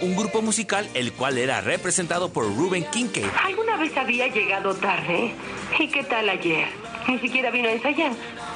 un grupo musical el cual era representado por Ruben Kincaid. ¿Alguna vez había llegado tarde? ¿Y qué tal ayer? Ni siquiera vino a ensayar.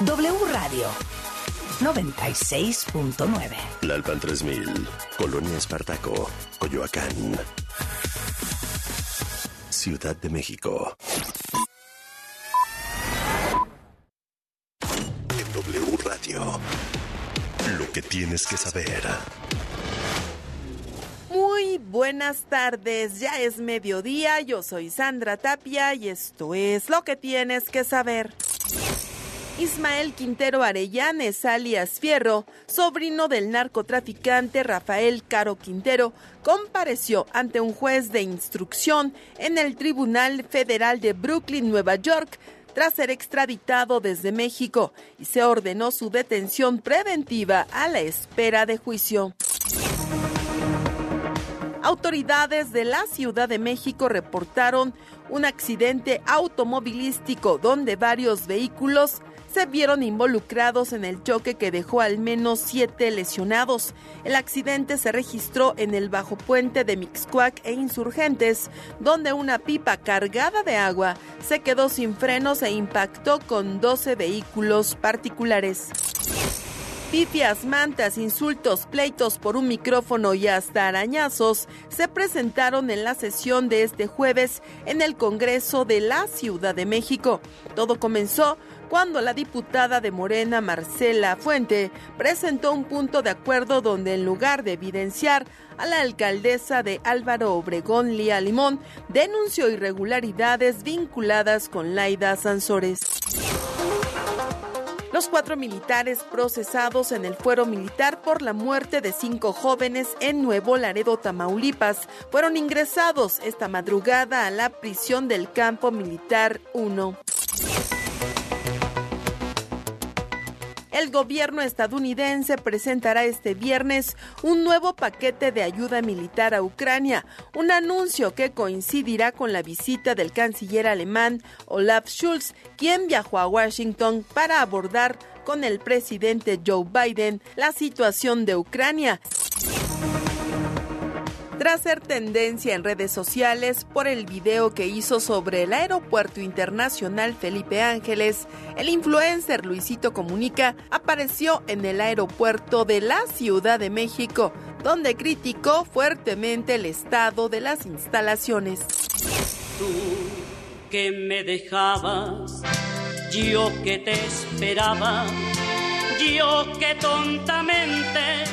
W Radio 96.9. Lalpan 3000, Colonia Espartaco, Coyoacán. Ciudad de México. En W Radio. Lo que tienes que saber. Muy buenas tardes, ya es mediodía, yo soy Sandra Tapia y esto es lo que tienes que saber. Ismael Quintero Arellanes, alias Fierro, sobrino del narcotraficante Rafael Caro Quintero, compareció ante un juez de instrucción en el Tribunal Federal de Brooklyn, Nueva York, tras ser extraditado desde México y se ordenó su detención preventiva a la espera de juicio. Autoridades de la Ciudad de México reportaron un accidente automovilístico donde varios vehículos se vieron involucrados en el choque que dejó al menos siete lesionados. El accidente se registró en el bajo puente de Mixcuac e Insurgentes, donde una pipa cargada de agua se quedó sin frenos e impactó con 12 vehículos particulares. Pifias, mantas, insultos, pleitos por un micrófono y hasta arañazos se presentaron en la sesión de este jueves en el Congreso de la Ciudad de México. Todo comenzó cuando la diputada de Morena, Marcela Fuente, presentó un punto de acuerdo donde en lugar de evidenciar a la alcaldesa de Álvaro Obregón, Lía Limón, denunció irregularidades vinculadas con Laida Sansores. Los cuatro militares procesados en el fuero militar por la muerte de cinco jóvenes en Nuevo Laredo, Tamaulipas, fueron ingresados esta madrugada a la prisión del Campo Militar 1. el gobierno estadounidense presentará este viernes un nuevo paquete de ayuda militar a Ucrania, un anuncio que coincidirá con la visita del canciller alemán Olaf Schulz, quien viajó a Washington para abordar con el presidente Joe Biden la situación de Ucrania. Tras ser tendencia en redes sociales por el video que hizo sobre el Aeropuerto Internacional Felipe Ángeles, el influencer Luisito Comunica apareció en el aeropuerto de la Ciudad de México, donde criticó fuertemente el estado de las instalaciones. Tú que me dejabas, yo que te esperaba, yo que tontamente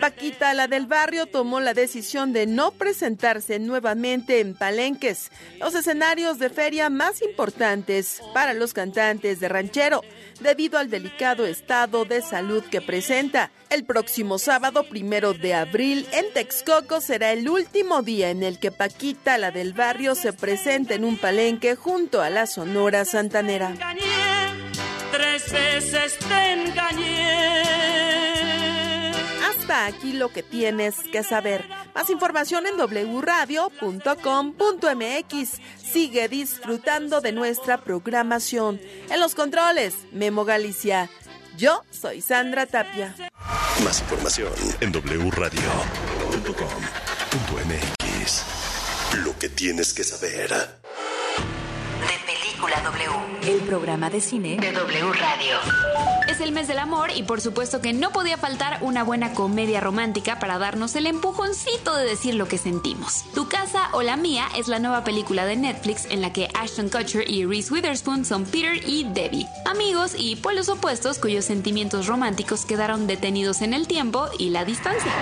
Paquita, la del barrio, tomó la decisión de no presentarse nuevamente en Palenques, los escenarios de feria más importantes para los cantantes de ranchero, debido al delicado estado de salud que presenta. El próximo sábado, primero de abril, en Texcoco será el último día en el que Paquita, la del barrio, se presenta en un palenque junto a la Sonora Santanera. Te engañé, tres veces te engañé. Hasta aquí lo que tienes que saber. Más información en wradio.com.mx. Sigue disfrutando de nuestra programación. En los controles, Memo Galicia. Yo soy Sandra Tapia. Más información en wradio.com.mx. MX. Lo que tienes que saber. De Película W. El programa de cine De W Radio. Es el mes del amor y por supuesto que no podía faltar una buena comedia romántica para darnos el empujoncito de decir lo que sentimos. Tu casa o la mía es la nueva película de Netflix en la que Ashton Kutcher y Reese Witherspoon son Peter y Debbie, amigos y polos opuestos cuyos sentimientos románticos quedaron detenidos en el tiempo y la distancia.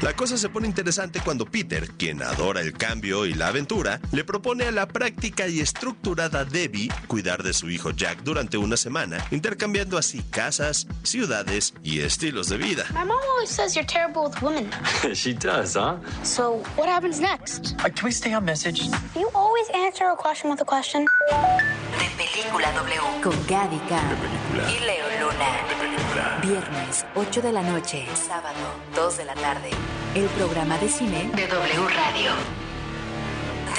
La cosa se pone interesante cuando Peter, quien adora el cambio y la aventura, le propone a la práctica y estructurada Debbie cuidar de su hijo Jack durante una semana, intercambiando así casas, ciudades y estilos de vida. My mom always says you're terrible with women. she does, huh? So what happens next? Uh, can we stay on message? You always answer a question with a question. De Película W. con Gaby Cam. Y Leo Luna. Viernes, 8 de la noche. Sábado, 2 de la tarde. El programa de cine De W Radio.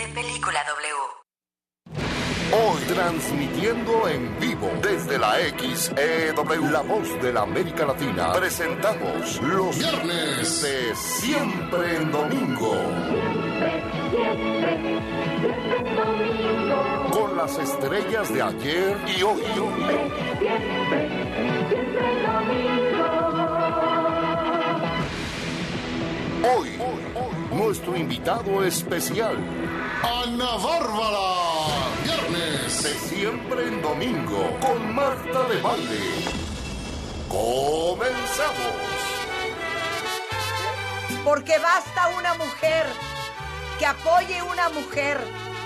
De Película W. Hoy transmitiendo en vivo desde la XEW, la voz de la América Latina, presentamos los viernes de Siempre en Domingo. Con las estrellas de ayer y hoy. Hoy, nuestro invitado especial, Ana Bárbara. Viernes de siempre en domingo, con Marta de Valle. Comenzamos. Porque basta una mujer que apoye una mujer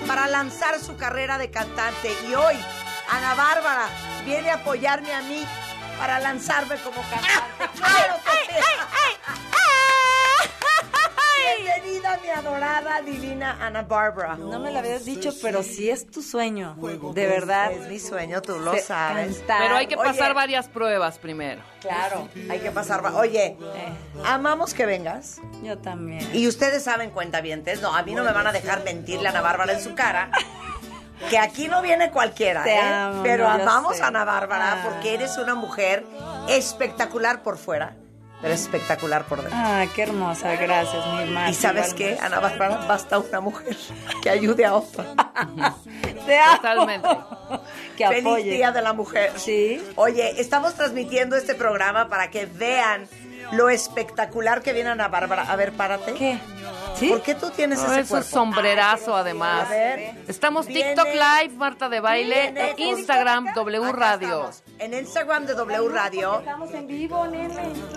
para lanzar su carrera de cantante. Y hoy, Ana Bárbara viene a apoyarme a mí para lanzarme como cantante. ¡Quiero que te- Bienvenida, mi adorada, divina Ana Bárbara. No me lo habías dicho, pero sí es tu sueño. De verdad. Es mi sueño, tú lo Se- sabes. cantar. Pero hay que pasar Oye, varias pruebas primero. Claro, Pues hay que pasar. va- Oye, Eh. amamos que vengas. Yo también. Y ustedes saben, cuentavientes, no, a mí no me van a dejar mentirle a Ana Bárbara en su cara. Que aquí no viene cualquiera, Te ¿eh? amo, Pero no, yo amamos sé. a Ana Bárbara Ah. porque eres una mujer espectacular por fuera, pero espectacular por dentro. Ah, qué hermosa, gracias, mi hermana. y sabes qué, Ana Bárbara, basta una mujer que ayude a otra. Te amo. Totalmente. Que Feliz apoye. Día de la Mujer. Sí. Oye, estamos transmitiendo este programa para que vean lo espectacular que viene Ana Bárbara. A ver, párate. ¿Qué? ¿Sí? ¿Por qué tú tienes No, ese eso es cuerpo? Ah, sombrerazo, A además. ver. Estamos Viene- TikTok Live, Marta de Baile, Viene e con- Instagram, W Acá Radio. estamos. En Instagram de W Radio, Estamos en vivo, nene.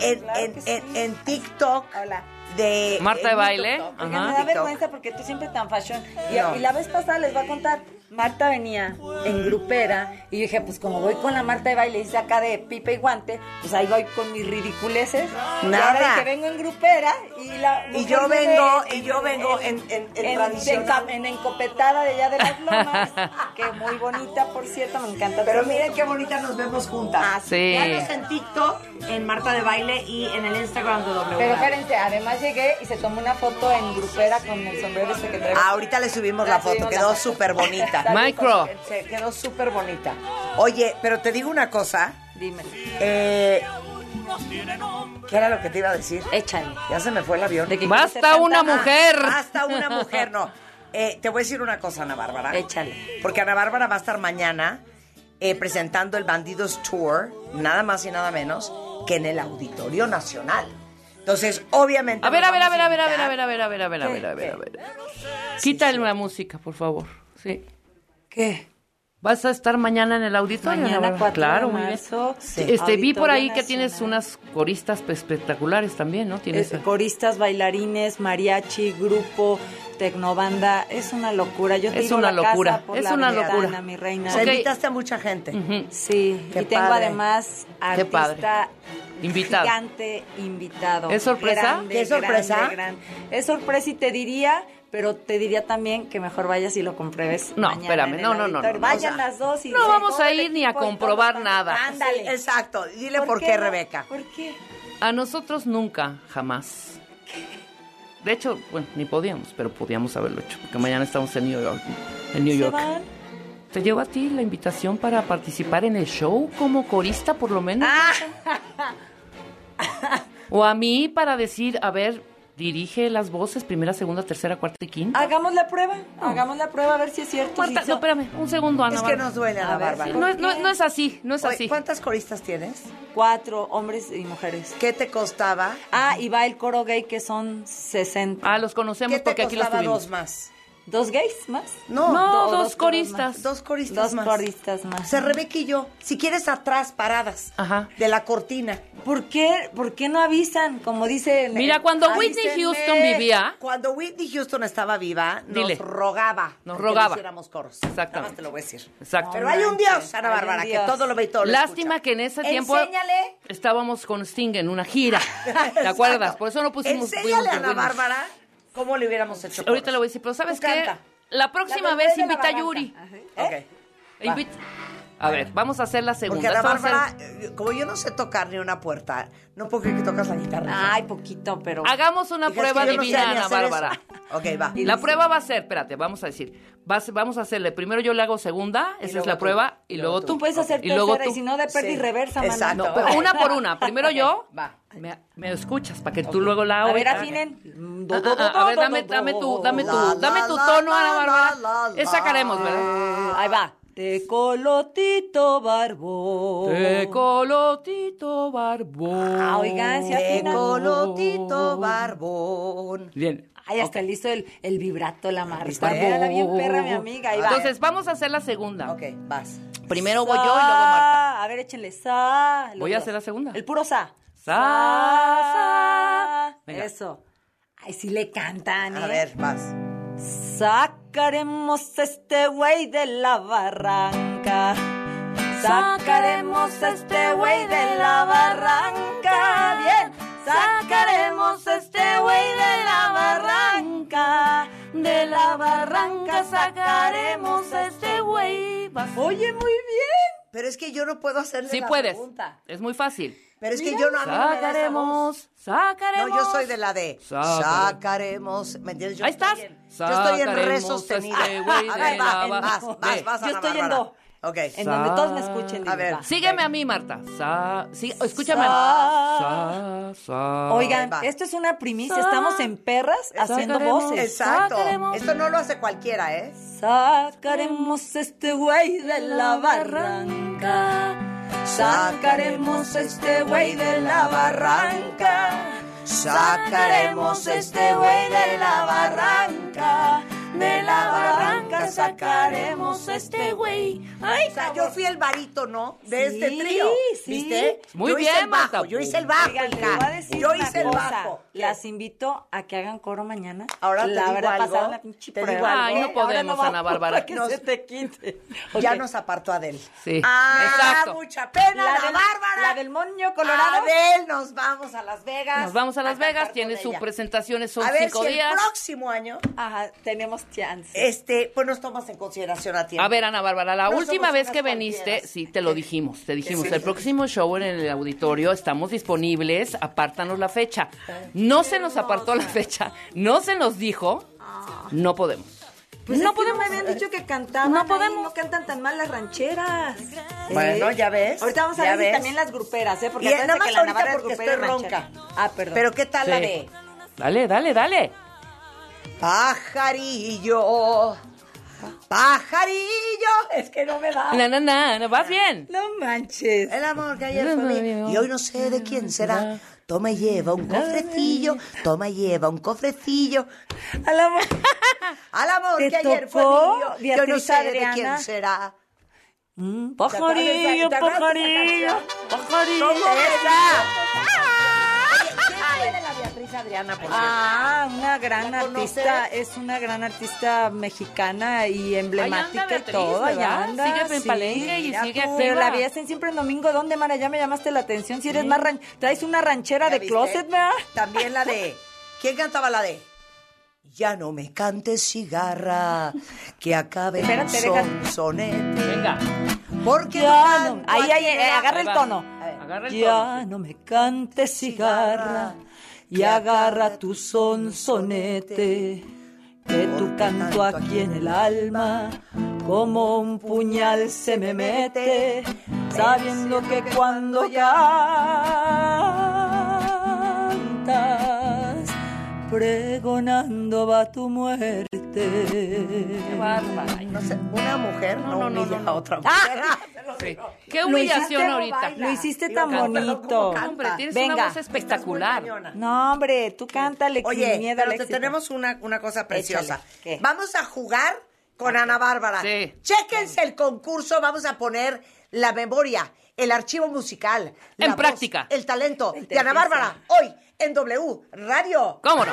en, Claro en- que sí. en- en TikTok Hola. de... Marta de en Baile, TikTok, ajá. Que me da TikTok. vergüenza porque tú siempre tan fashion. Y, No. y la vez pasada les voy a contar. Marta venía en grupera y yo dije, pues como voy con la Marta de baile hice acá de pipa y guante, pues ahí voy con mis ridiculeces. Y Nada. ahora que vengo en grupera y la Y mujer yo viene vengo- y yo vengo en- en- en tradicional. enca- en encopetada de allá de las lomas, que muy bonita, por cierto, me encanta. Ah, Pero miren qué bonita nos vemos juntas. Sí. Veanos en TikTok, en Marta de Baile y en el Instagram de W. Pero espérense, además llegué y se tomó una foto en grupera con el sombrero este que traigo. Ahorita le subimos la Le subimos foto, la quedó foto. súper bonita. Micro. Se quedó súper bonita. Oye, pero te digo una cosa. Dime, Eh, ¿Qué era lo que te iba a decir? échale. Ya se me fue el avión. De que- Basta una Ah, mujer. Hasta una mujer, no. Eh, te voy a decir una cosa, Ana Bárbara. Échale. Porque Ana Bárbara va a estar mañana eh, presentando el Bandidos Tour, nada más y nada menos, que en el Auditorio Nacional. Entonces, obviamente. A ver, nos a ver, a ver, vamos a ver, a ver, invitar. a ver, a ver, a ver, a ver, a ver, a ver, a ver. Quítale la música, por favor. Sí. ¿Qué? Vas a estar mañana en el auditorio. Mañana, Ana Bárbara? 4 de claro, muy bien. marzo, sí. Este vi por ahí Auditorio que tienes Nacional. unas coristas pues, espectaculares también, ¿no? Tienes Eh, coristas, bailarines, mariachi, grupo, tecnobanda. Es una locura. Yo Es tiro una la casa locura, por es la una ventana, locura. mi reina. O sea, Ok. invitaste a mucha gente. Sí, Qué y tengo padre. además Qué padre. artista Invitado. gigante invitado. ¿Es sorpresa? Grande, ¿Qué es sorpresa? grande, gran. Es sorpresa y te diría, pero te diría también que mejor vayas y lo compruebes. No, mañana espérame, en el no, no, no, no, auditorio. no, Vayan o sea, las dos y no se vamos a todo el ir ni a equipo y comprobar todo. nada. Ándale. Sí, exacto. Dile por, qué, no? Rebeca. ¿Por qué? A nosotros nunca, jamás. De hecho, bueno, ni podíamos, pero podíamos haberlo hecho, porque mañana estamos en New York. En New ¿Se York. van? ¿Te llegó a ti la invitación para participar en el show como corista, Ah. por lo menos? O a mí para decir, a ver, dirige las voces, primera, segunda, tercera, cuarta y quinta. Hagamos la prueba, hagamos la prueba a ver si es cierto. Cuarta- si no, espérame, un segundo, Ana Es que Bárbara. nos duele, Ana A ver, Bárbara. sí, no es- no es- no es así, no es Oye, así. ¿Cuántas coristas tienes? Cuatro, hombres y mujeres. ¿Qué te costaba? Ah, y va el coro gay que son 60. Ah, los conocemos ¿Qué te porque aquí los costaba tuvimos. dos más? ¿Dos gays más? No, No, Do- dos coros coristas. más. Dos coristas Dos más. coristas más. O sea, Rebeca y yo, si quieres atrás, paradas, de la cortina. ¿Por qué, ¿Por qué no avisan? Como dice... Mira, cuando Whitney Houston vivía- Cuando Whitney Houston estaba viva, nos Dile. rogaba. Nos porque rogaba. no hiciéramos coros. Nada más Exactamente. te lo voy a decir. Exacto. Pero hay un Dios, Ana Hay un Bárbara, que Dios. todo lo ve y todo lo Lástima que en ese tiempo Enséñale. estábamos con Sting en una gira. ¿Te acuerdas? Por eso no pusimos. Enséñale a fuimos de Ana Whitney. Bárbara cómo le hubiéramos hecho coros. Ahorita le voy a decir, pero ¿sabes Tú qué? canta. La próxima La del vez Rey de la invita a Barranca. Yuri. ¿Eh? E invita- A ver, vamos a hacer la segunda. Porque Ana Esto va a ser- Bárbara, eh, como yo no sé tocar ni una puerta, no puedo creer que tocas la guitarra. Ay, poquito, pero... Hagamos una Hija, es prueba que yo no sé divina, ni Ana hacer eso. Bárbara. Ok, va. La prueba va a ser, espérate, vamos a decir, va a ser- vamos a hacerle, primero yo le hago segunda, esa es luego la tú. prueba, y luego tú. Tú puedes hacer y luego tercera tú. y si no, de pérdida y Sí. reversa, mano. Exacto. No, pero una por una, primero yo, Va. Ah, me, me escuchas, para que tú luego la A oigas. ver, afinen. Ah, ah, ah, a ver, dame, dame tu, dame tu, dame tu tono, Ana Bárbara. Esa sacaremos, ¿verdad? Ahí va. Te colotito barbón. Te colotito barbón. Ah, oigan, si Te afinan. colotito barbón. Bien. Ay, hasta le hizo el, el vibrato la Marta. Barbón. Era bien perra, mi amiga. Ahí va. Entonces, vamos a hacer la segunda. Ok, vas. Primero voy yo y luego Marta. Sa, A ver, échenle sa. los Voy a dos. hacer la segunda. El puro sa. Sa, sa. Venga. Eso. Ay, sí le cantan, ¿eh? A ver, vas. Sacaremos a este güey de la barranca. Sacaremos a este güey de la barranca. Bien. Sacaremos a este güey de la barranca. De la barranca sacaremos a este güey. Oye, muy bien. Pero es que yo no puedo hacerle Sí la puedes. pregunta. Es muy fácil. Pero es que yo no, a mí no me da esa voz. Sacaremos, sacaremos. No, yo soy de la de Saca- sacaremos. ¿Me entiendes? Yo Ahí estoy estás. en- yo estoy en re Sacaremos sostenida. este güey A de ver, la va, ba- vas, Ve. vas, vas, Yo Ana estoy en Bárbara. do. Ok. En donde todos me escuchen. A digo, ver. va. Sígueme a mí, Marta. Sa, sí, escúchame. Sa- Sa, sa. Oigan, va. esto es una primicia. Estamos en perras haciendo Sacaremos. voces. Exacto. Sacaremos. Esto no lo hace cualquiera, ¿eh? Sacaremos a este güey de la barranca. Sacaremos a este güey de la barranca. Sacaremos a este güey de la barranca. De la barranca sacaremos a este güey. Ay, O sea, yo fui el barítono de Sí, este trío. sí. ¿Viste? Muy yo hice bien, el bajo, Marta. yo hice el bajo, Oigan, les hija. voy a decir Yo una hice el cosa. bajo. Las invito a que hagan coro mañana. Ahora te la digo verdad algo, pasaron la pinche te digo prueba. algo. Ay, no Ahora podemos, va Ana a Bárbara. Que Nos- se te quite. Ya Ok. nos apartó Adel. Sí. Ah, Exacto. mucha pena, la, Eh, La del- Bárbara. la del moño colorado. Adel, nos vamos a Las Vegas. Nos vamos a Las Vegas. cantar Tiene con sus ella. presentaciones, son A ver cinco si días. el próximo año, Ajá, tenemos chance. este, pues nos tomas en consideración a tiempo. A ver, Ana Bárbara, la No última somos vez unas que viniste, cualquieras. sí, te lo dijimos, te dijimos, sí. el próximo show en el auditorio estamos disponibles, apártanos la fecha. No se nos apartó la fecha, no se nos dijo, no podemos. Pues Pues no podemos. me habían dicho que cantaban. No ahí, podemos. no cantan tan mal las rancheras. Bueno, ya ves, Ahorita vamos a ya ver si ves. también las gruperas, ¿eh? Porque Y nada acuérdense más que la ahorita Navarra es porque grupera estoy y ranchera. ronca. Ah, perdón. Pero ¿qué tal la Sí. de Dale, dale, dale. pajarillo? Pajarillo, es que no me da. Na, na, na, na, Ah, vas bien. No manches. El amor que ayer fue mío y hoy no sé de quién será. Toma y lleva un cofrecillo, toma y lleva un cofrecillo. Al amor. Al amor ¿Te que ayer fue tocó, mío y hoy no Beatriz sé de Adriana? quién será. Pajarillo, ¿Te acuerdas de esa pajarillo, pajarillo. ¿Cómo era? Ah, una gran ¿La conoces? artista, es una gran artista mexicana y emblemática Ahí anda Beatriz, y todo, ¿verdad? allá anda. Sigue en Palenque y mira sigue tú. activa. Pero la vi hacen siempre en domingo, ¿dónde, Mara? Ya me llamaste la atención, si eres más ran... traes una ranchera ¿Ya de viste? closet, ¿verdad? También la de. ¿Quién cantaba la de? Ya no me cantes cigarra, que acabe el Espérate, deja- son, sonete. Venga, Porque Ya no no- canto ahí, a ahí, quien eh, agarra Ahí el va. tono. agarra el Ya tono. no me cantes cigarra y agarra tu sonsonete, que tu canto aquí en el alma como un puñal se me mete, sabiendo que cuando cantas pregonando va tu muerte. Qué bárbara. No sé, una mujer no, no, no, humilla no. a otra mujer. Sí. Qué humillación ahorita. Lo hiciste Digo, tan canta, bonito. No, hombre, tienes una Venga. voz espectacular. No, hombre, tú cántale Oye, sin miedo pero al te éxito. tenemos una, una cosa preciosa. Échale. ¿Qué? Vamos a jugar con Ana Bárbara. Sí. Chéquense el concurso, vamos a poner la memoria, el archivo musical. la En voz, práctica. el talento de Ana inteligencia. Bárbara, hoy en W Radio. ¿Cómo no?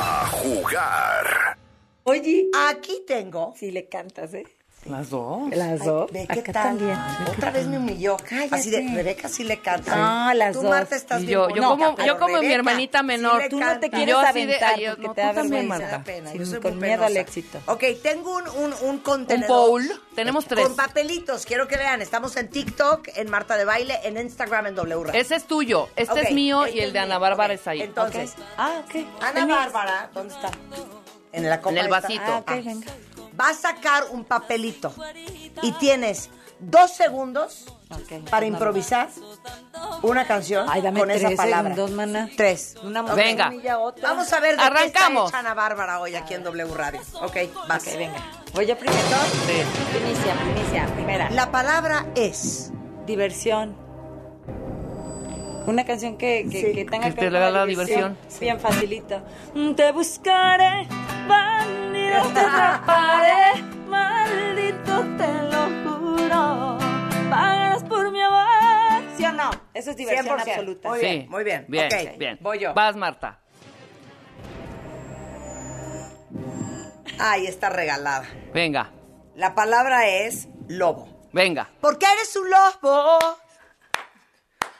A jugar. Oye, Aquí tengo. si le cantas, ¿eh? Las dos. Las dos. Ve qué Acá tal. también. Otra vez me humilló. Cállate. Así de Rebeca sí le canta. Ah, las Tú, dos. Marta, estás Y bien yo- yo bonita, como- pero yo como mi Rebeca hermanita sí menor. le Tú no te canta. quieres yo así de- aventar ay, yo- porque no, te tú da también, Me vergüenza. da Marta. pena, Sí, yo soy con muy miedo al penosa. éxito. Ok, tengo un, un, un contenedor. bowl. Tenemos tres. Con papelitos, quiero que vean. Estamos en TikTok, en Marta de Baile, en Instagram, en W Radio. Ese es tuyo, este Ok, es mío este y el es de Ana mío. Bárbara Ok, es ahí. Entonces, Ah, ok. Ana El mío. Bárbara, ¿dónde está? En la copa. En el está. vasito. Ah, ok, Ah. venga. Va a sacar un papelito y tienes dos segundos Ok. para improvisar una canción Ay, dame con esa tres palabra. segundos, mana. Tres. Una Ok. Venga. humilla a otra. Vamos a ver de Arrancamos. qué está hecha Ana Bárbara hoy aquí en W Radio. Ok, vas. Ok, venga. Oye, primero. Primicia, primicia, primera. La palabra es. Diversión. Una canción que, que, Sí. que tenga Que que te ver le con da la diversión. Sí. Bien facilito. Te buscaré, bandido, te atraparé, maldito, te lo juro. Pagarás por mi amor. ¿Sí o no? Eso es diversión 100%. absoluta. Muy bien, muy bien. Bien, Ok, bien. voy yo. Vas, Marta. Ay, está regalada. Venga, La palabra es lobo. venga. Porque eres un lobo.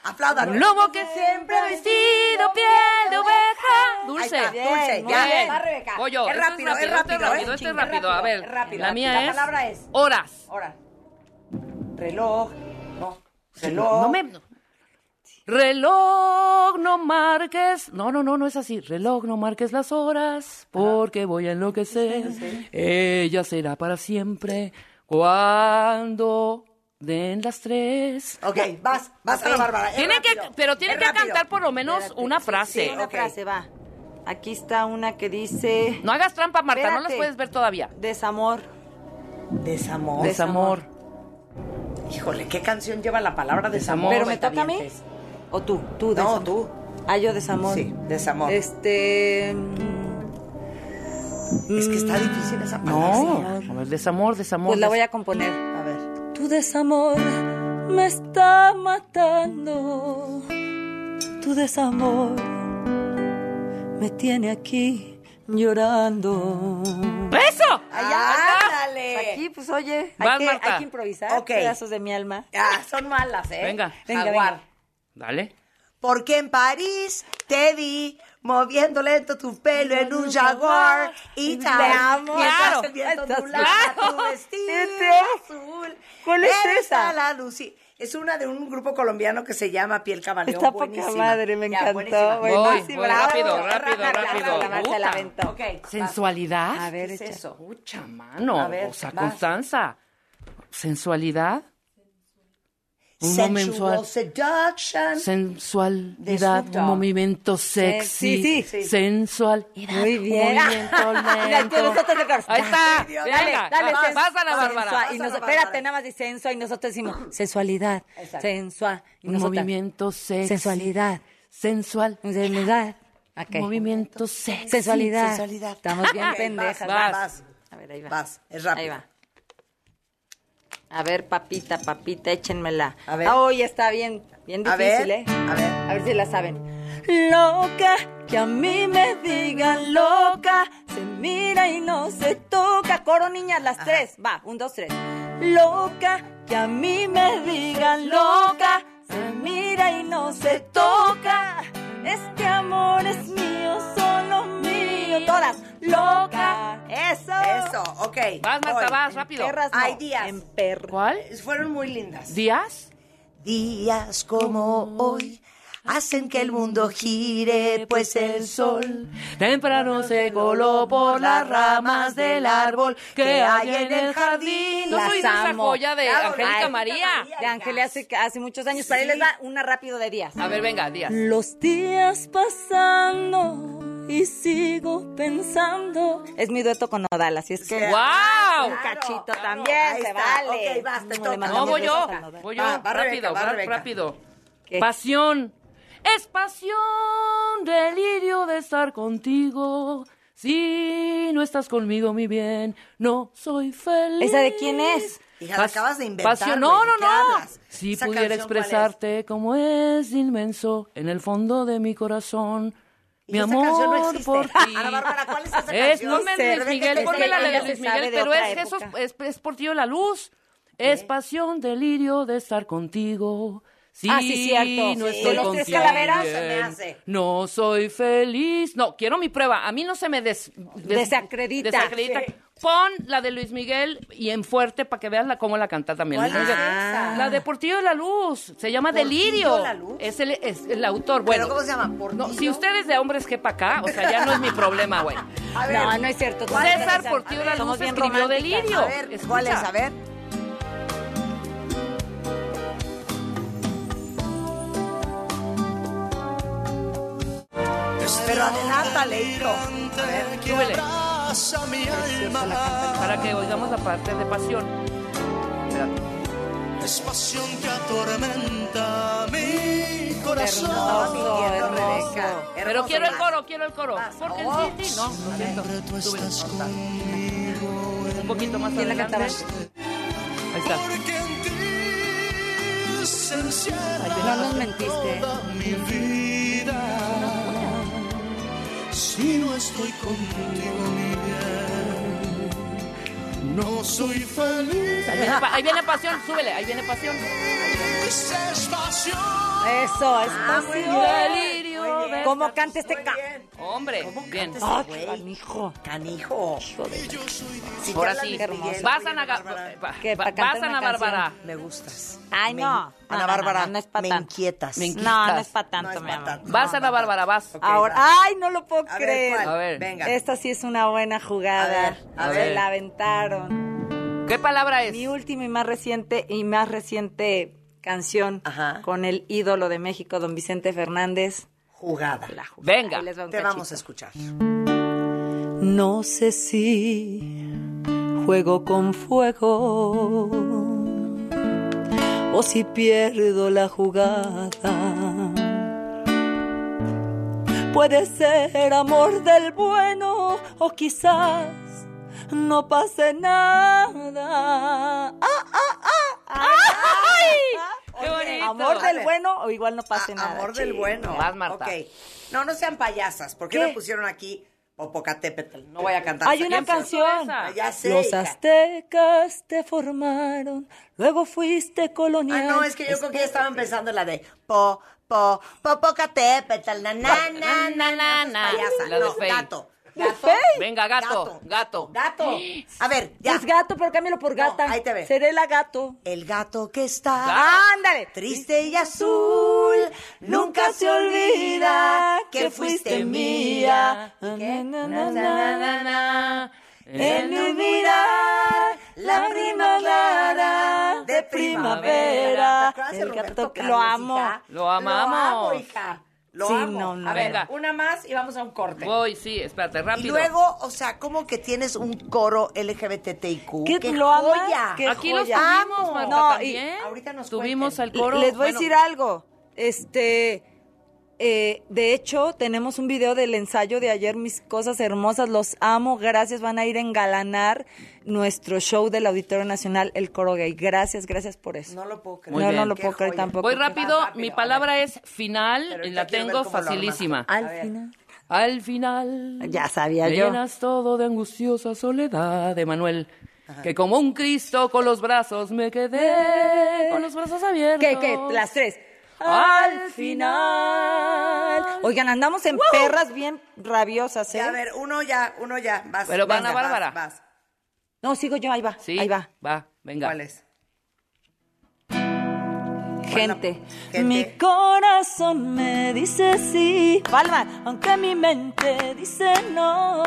Aplaudan. Un lobo que siempre ha vestido piel de oveja. Ahí Dulce. está, Dulce. dulce, Muy ya. bien. Bien. Voy yo. Es Esto rápido, es esto rápido, ¿eh? esto es Chinga, rápido. A rápido, ver, es rápido. la mía La es... palabra es- Horas. Ahora. Reloj. No. Reloj. No me... Reloj, no marques. No, no, no, no es así. Reloj, no marques las horas, porque voy a enloquecer. Ella será para siempre cuando den las tres. Ok, vas, vas a la Bárbara. es Tiene que, rápido, pero tiene es que rápido. cantar por lo menos una frase. Sí, una Ok. frase, va. Aquí está una que dice... No hagas trampa, Marta, no las Espérate. puedes ver todavía. Desamor. Desamor. Desamor. Híjole, ¿qué canción lleva la palabra desamor? ¿Pero me toca a mí? ¿O tú? Tú, No, desamor. tú. Ah, yo desamor. Sí, desamor. Es, Este. mm, que está difícil esa palabra. No, a ver, desamor, desamor. Pues la voy a componer. A ver. Tu desamor me está matando. Tu desamor me tiene aquí llorando. des- ¡Eso! Ah, ¡Ándale! Aquí, pues oye, hay, Vas, que, Marta. hay que improvisar. Ok. Pedazos de mi alma. Ah, son malas, ¿eh? Venga. Venga, Jaguar. venga. Dale. Porque en París te vi moviendo lento tu pelo en un jaguar y Te tal. amo. Mientras Claro. el viento Estás- ondulaba claro. tu vestido Este- azul. ¿Cuál es Eres esa? a la luz. Sí, Es una de un grupo colombiano que se llama Piel Camaleón. Está Buenísima. poca madre, me Ya, encantó. buenísima. Voy, Voy, sí, voy, bravo. rápido, rápido, Bravo, rápido. bravo, bravo, se la Puta. aventó. Ok, vas. ¿Sensualidad? A ver, ¿Qué es echa. eso? Pucha mano. A ver, Ah, o sea, vas. Constanza. ¿Sensualidad? Un momento- Sensual ah. seduction. De Sensualidad, Snoop un Dogg. movimiento sexy. sí, sí. Sensual. Muy bien. Movimiento Mira, tú, lento. nosotros le cantamos. Ahí está. Dios, Dale, venga, dale, vas, sen- vas a la sensual. Bárbara. Vas Y a nos, la Bárbara. espérate, nada más de sensual. Y nosotros decimos sensualidad, Exacto. sensual. Y Un nosotras, movimiento sexy. Sensualidad, Sensual. sensualidad. Ok. Movimiento sexy. Sensualidad. sensualidad. Estamos bien Ok, pendejas. Vas, Vas. vas. A ver, ahí va. Vas, es rápido. Ahí va. A ver, papita, papita, échenmela. A ver. Ah, Hoy está bien, bien A difícil, ver, ¿eh? a ver. A ver si la saben. Loca, que a mí me digan loca, se mira y no se toca. Coro, niñas, las tres. Va, un, dos, tres. Loca, que a mí me digan loca, se Ah, mira y no se toca. Este amor es mío, solo mío. Todas, loca. Eso. Eso, ok. Vas, Marta, Voy. vas, rápido. Perras, no, Hay días. En perro. ¿Cuál? Fueron muy lindas. ¿Días? Días como hoy hacen que el mundo gire, pues el sol Temprano se coló por las ramas del árbol que hay en el jardín. Las esa amo. joya de Claro, Angélica ay. María. De Ángel hace, hace muchos años, pero ahí Sí. les da una rápido de días. A ver, venga, Díaz. Los días pasando y sigo pensando. Es mi dueto con Nodal, así es que. ¡Wow! Un cachito también, Ahí se está. vale. Ok, basta, Como te le toca. mandamos No, voy yo. pues, besos a Nodal. Voy yo. Va, va, rápido, Rebeca, va, va, Rebeca. rápido. Pasión. Es pasión, delirio de estar contigo. Si no estás conmigo, mi bien, no soy feliz. ¿Esa de quién es? Hija, la Pas- acabas de inventar, Pasión, güey, no, ¿de no, qué no. hablas? Si ¿Esa pudiera canción cuál es? expresarte como es inmenso en el fondo de mi corazón. Mi esa amor canción no existe. por ti. Ana Bárbara, ¿cuál es esa Es, canción? no me No sé, Luis Rebeca, Miguel, es que ponme la ella de se Luis sabe Miguel, de pero otra es, Jesús, época. es, es por ti la luz. Es pasión, delirio de estar contigo. Sí, Ah, sí, cierto. No Sí. estoy De los tres contigo calaveras, bien. se me hace. No soy feliz. No, quiero mi prueba. A mí no se me des- des- Desacredita. desacredita. Sí. Pon la de Luis Miguel y en fuerte para que veas la, cómo la canta también. ¿Cuál Luis es Miguel. esa? La de Portillo de la Luz. Se llama ¿Portillo Delirio. la Luz? Es, el, es el autor. Bueno, ¿Pero cómo se llama? ¿Portillo? No, si ustedes de hombres que para acá, o sea, ya no es mi problema, güey. A ver, No, no es cierto. tú ¿Cuál no es eres César esa- Portillo de A la ver, Luz somos bien escribió románticas. Delirio. a ver, ¿cuál es? Escucha. A ver. Pero adelántale, hijo. A ver. Súbele. Para que oigamos la parte de pasión. Espérate. Es pasión que atormenta mi Hermoso, corazón. Rebeca. Pero Hermoso, quiero el más. coro, quiero el coro. Porque Oh. sí, sí, no, no siento. Súbele. conmigo. Un poquito más ¿Quién la adelante. cantaba? Ahí está. Porque en ti se encierra Ay, no nos mentiste. toda mi vida. Si no estoy contigo, mi bien, no soy feliz. Ahí viene, pa- ahí viene pasión, súbele, ahí viene pasión. Es pasión. Eso, es muy pasión. bien. Delirio. Muy bien. ¿Cómo canta este ca... Bien. Hombre, bien. ¡Ah, este Güey. canijo! Canijo. Si Ahora te sí. habla Luis Miguel, Hermoso. Vas oye, a Ana Ga- Bárbara, va- Que va- pa' cantar vas a una Ana Bárbara. Me gustas. Ay, Me- no. No, Ana no, Bárbara, no, no es pa' me tanto. inquietas. Me inquietas. No, no es para No tanto, es mi pa' amor. tanto. Vas a Ana Bárbara, vas. Ok, Ahora, ay, no lo puedo A ver, creer. ¿cuál? A ver. Venga. Esta sí es una buena jugada. A ver, a Se ver. la aventaron. ¿Qué palabra es? Mi última y más reciente y más reciente canción Ajá. con el ídolo de México, don Vicente Fernández. Jugada. La jugada. Venga. Ahí les va un Te cachito. vamos a escuchar. No sé si juego con fuego o si pierdo la jugada. Puede ser amor del bueno o quizás no pase nada. ¡Ah, ah, ah! ¡Ay! ¡Qué bonito! Amor del Vale. bueno o igual no pase A- nada. Amor del chica. bueno. Vas, Marta. Ok. No, no sean payasas. ¿Por qué, ¿Qué? me pusieron aquí Popocatépetl? No voy a cantar. Hay esa una canción. Ah, ya sé. Los hija. aztecas te formaron, luego fuiste colonial. Ah, no, es que yo creo que ya estaban pensando en la de po, po, Popocatépetl, na, na, na, na, na, na. payasa. La de no, Fey. gato. ¿De Gato. Fey? Venga, gato, gato. Gato. A ver, ya. Es gato, pero cámbialo por No, gata. ahí te ve. Seré la gato. El gato que está Ándale. triste y azul nunca se olvida que fuiste Ah, mía. Na, na, Na, na, na, na. En mi mirar, la primavera de primavera. ¿Te acuerdas de El Roberto gato que lo Carlos, amo. hija? Lo amamos. Lo amo, hija. Lo Sí, amo. no, no, a ver, venga. una más y vamos a un corte. Voy, sí, espérate, y rápido. luego, o sea, como que tienes un coro LGBTIQ. ¿Qué, ¡Qué lo amas? joya! ¿Qué Aquí los joya? tuvimos, Marta, No, y- también. ahorita nos Tuvimos al cuenten. coro. Les voy bueno, a decir algo. Este, eh, de hecho, tenemos un video del ensayo de ayer, mis cosas hermosas, los amo, gracias, van a ir a engalanar nuestro show del Auditorio Nacional, el coro gay. Gracias, gracias por eso. No lo puedo creer. Muy no, no bien. lo Qué puedo creer joya. tampoco. Voy Qué- rápido, Va, rápido, mi a palabra es final Pero y ahorita la quiero ver tengo cómo lo armas. facilísima. A Al ver. final. Al final. Ya sabía me yo. llenas todo de angustiosa soledad, Emanuel. Que como un Cristo con los brazos me quedé. Con los brazos abiertos. ¿Qué, qué? Las tres. Al final. Oigan, andamos en perras bien rabiosas, ¿eh? Ya, a ver, uno ya, uno ya. Vas, Pero vas, Ana vas, Bárbara. Vas, No, sigo yo, ahí va. Sí, Ahí va. Va, venga. ¿Cuál es? Gente. Gente. Mi corazón me dice sí. Palma. Aunque mi mente dice no.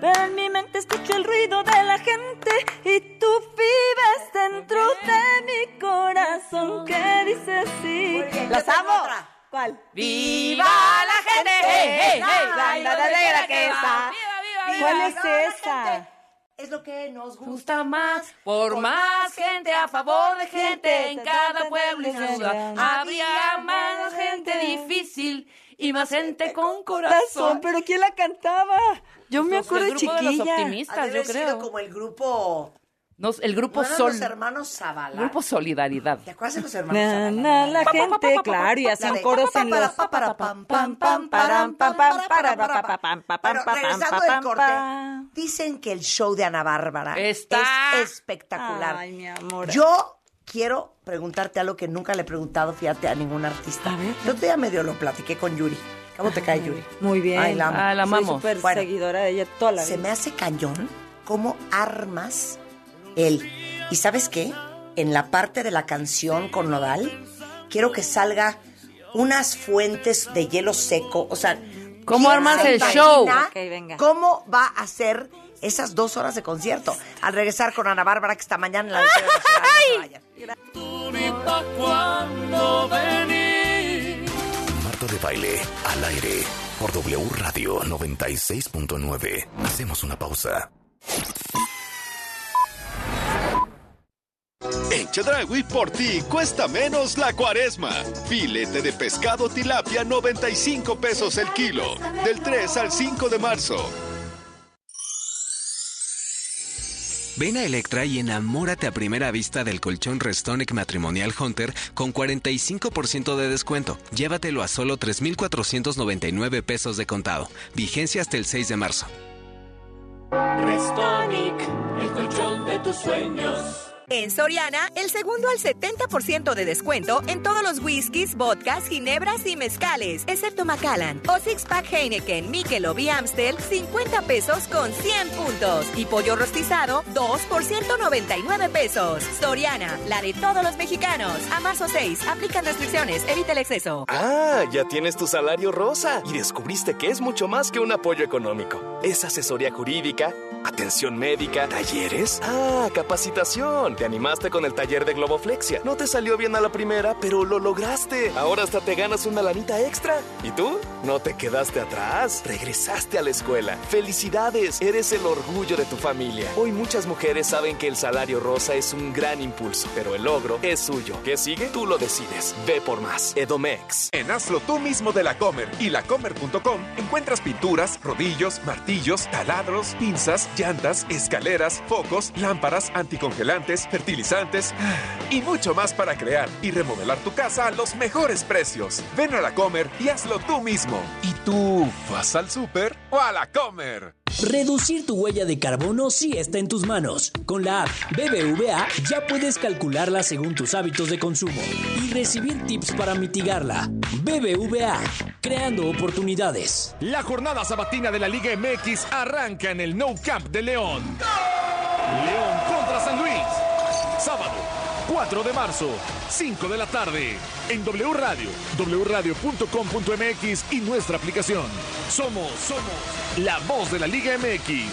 Pero en mi mente escucho el ruido de la gente. Y tú vives dentro de mi corazón que dice sí. Muy bien, yo ¡Las tengo amo! otra. ¿Cuál? ¡Viva la gente! ¡Hey, hey, hey! ¡Ay, Banda donde negra quiera que que está. va! viva! ¿Cuál es ¡Viva la esa? gente! Es lo que nos gusta. Gusta más, por más gente, a favor de gente, en cada pueblo y ciudad. Había más gente difícil y más gente con corazón. Corazón, pero ¿quién la cantaba? Yo me Pues, acuerdo el de grupo de los chiquilla. optimistas, Ha de yo haber creo. sido Como el grupo. Nos- el grupo ¿No eran Sol, los hermanos Zavala. grupo Solidaridad. ¿Te acuerdas de los hermanos Na, Zavala? na, la gente, claro, y La hacían de coros en los... pa, pa, para, pam, pam, Pam, param, pam, pam, para, pa, pa, pa, pam, pa, pam, Pero pa, pam, regresando pa, del pam, corte, pa. dicen que el show de Ana Bárbara Está- es espectacular. Ay, mi amor. Yo quiero preguntarte algo que nunca le he preguntado, fíjate, a ningún artista. El otro día medio lo platiqué con Yuri. ¿Cómo te cae Yuri? Muy bien. Ay, la amo. Ah, la Soy amamos. súper Bueno. seguidora de ella toda la Se vida. me hace cañón cómo armas él. ¿Y sabes qué? En la parte de la canción con Nodal, quiero que salga unas fuentes de hielo seco. O sea, ¿Cómo ¿quién armas se el show? imagina Ok, venga. ¿Cómo va a ser esas dos horas de concierto? Al regresar con Ana Bárbara, que está mañana en la Auditorio Nacional, no se vayan. Marta de Baile, al aire, por W Radio 96.9. Hacemos una pausa. En Chedragui por ti cuesta menos la cuaresma. Filete de pescado tilapia 95 pesos el kilo. Del 3 al 5 de marzo. Ven a Electra y enamórate a primera vista del colchón Restonic Matrimonial Hunter con 45% de descuento. Llévatelo a solo 3,499 pesos de contado. Vigencia hasta el 6 de marzo. Restonic, el colchón de tus sueños. En Soriana, el segundo al 70% de descuento en todos los whiskies, vodkas, ginebras y mezcales, excepto Macallan. O Six Pack Heineken, Michelob y Amstel, 50 pesos con 100 puntos. Y pollo rostizado, 2 por 199 pesos. Soriana, la de todos los mexicanos. A marzo 6, aplican restricciones, evita el exceso. Ah, ya tienes tu salario rosa y descubriste que es mucho más que un apoyo económico. Es asesoría jurídica, atención médica, talleres, ah, capacitación. Te animaste con el taller de Globoflexia. No te salió bien a la primera, pero lo lograste. Ahora hasta te ganas una lanita extra. ¿Y tú? No te quedaste atrás. Regresaste a la escuela. Felicidades, eres el orgullo de tu familia. Hoy muchas mujeres saben que el salario rosa es un gran impulso, pero el logro es suyo. ¿Qué sigue? Tú lo decides. Ve por más. Edomex. En Hazlo tú mismo de la Comer y lacomer.com encuentras pinturas, rodillos, martillos, taladros, pinzas, llantas, escaleras, focos, lámparas, anticongelantes, fertilizantes y mucho más para crear y remodelar tu casa a los mejores precios. Ven a la Comer y hazlo tú mismo. ¿Y tú vas al súper o a la Comer? Reducir tu huella de carbono sí está en tus manos. Con la app BBVA ya puedes calcularla según tus hábitos de consumo y recibir tips para mitigarla. BBVA, creando oportunidades. La jornada sabatina de la Liga MX arranca en el No Camp de León. León contra San Luis. Sábado, 4 de marzo, 5 de la tarde. En W Radio, wradio.com.mx y nuestra aplicación. Somos, somos la voz de la Liga MX.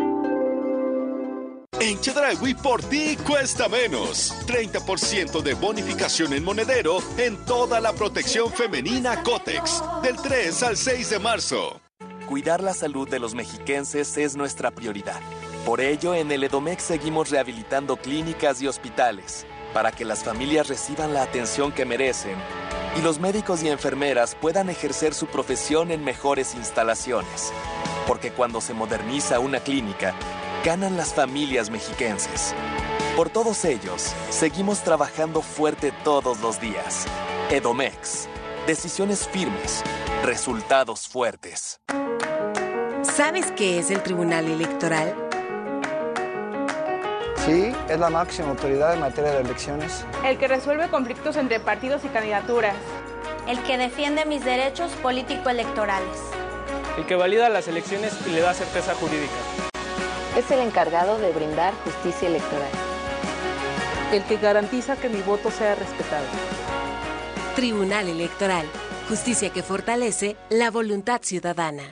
En Chedragui por ti cuesta menos. 30% de bonificación en monedero en toda la protección femenina Cotex. Del 3 al 6 de marzo. Cuidar la salud de los mexiquenses es nuestra prioridad. Por ello, en el Edomex seguimos rehabilitando clínicas y hospitales para que las familias reciban la atención que merecen y los médicos y enfermeras puedan ejercer su profesión en mejores instalaciones. Porque cuando se moderniza una clínica, ganan las familias mexiquenses. Por todos ellos, seguimos trabajando fuerte todos los días. Edomex. Decisiones firmes. Resultados fuertes. ¿Sabes qué es el Tribunal Electoral? Sí, es la máxima autoridad en materia de elecciones. El que resuelve conflictos entre partidos y candidaturas. El que defiende mis derechos político-electorales. El que valida las elecciones y le da certeza jurídica. Es el encargado de brindar justicia electoral. El que garantiza que mi voto sea respetado. Tribunal Electoral. Justicia que fortalece la voluntad ciudadana.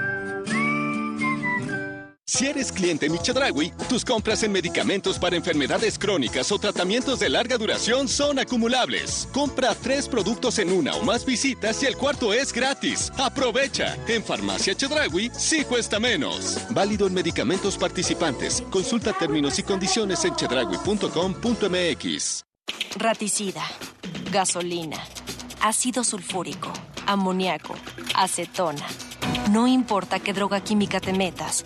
Si eres cliente Michedragui, tus compras en medicamentos para enfermedades crónicas o tratamientos de larga duración son acumulables. Compra tres productos en una o más visitas y el cuarto es gratis. Aprovecha. En Farmacia Chedragui sí cuesta menos. Válido en medicamentos participantes. Consulta términos y condiciones en chedragui.com.mx. Raticida, gasolina, ácido sulfúrico, amoníaco, acetona. No importa qué droga química te metas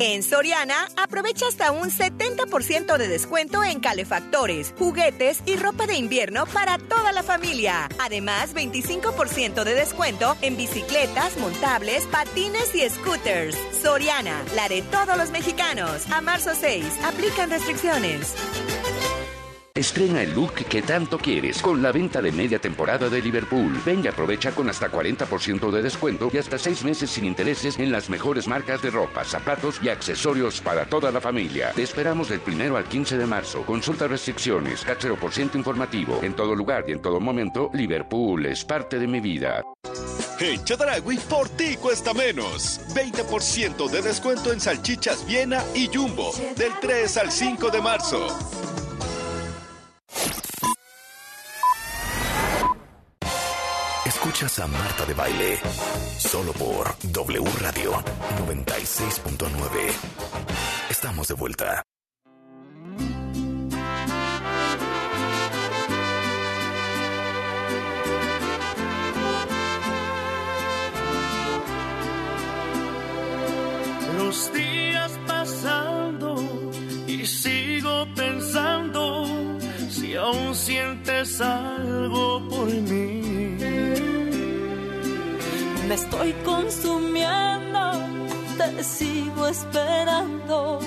En Soriana, aprovecha hasta un 70% de descuento en calefactores, juguetes y ropa de invierno para toda la familia. Además, 25% de descuento en bicicletas, montables, patines y scooters. Soriana, la de todos los mexicanos. A marzo 6, aplican restricciones. Estrena el look que tanto quieres con la venta de media temporada de Liverpool. Ven y aprovecha con hasta 40% de descuento y hasta 6 meses sin intereses en las mejores marcas de ropa, zapatos y accesorios para toda la familia. Te esperamos del primero al 15 de marzo. Consulta restricciones, cat 0% informativo. En todo lugar y en todo momento, Liverpool es parte de mi vida. En Chedragui, por ti cuesta menos. 20% de descuento en salchichas Viena y Jumbo. Del 3 al 5 de marzo. Escuchas a Marta de Baile solo por W Radio 96.9. Estamos de vuelta. Los días pasando y sigo pensando si aún sientes algo por mí. Me estoy consumiendo, te sigo esperando.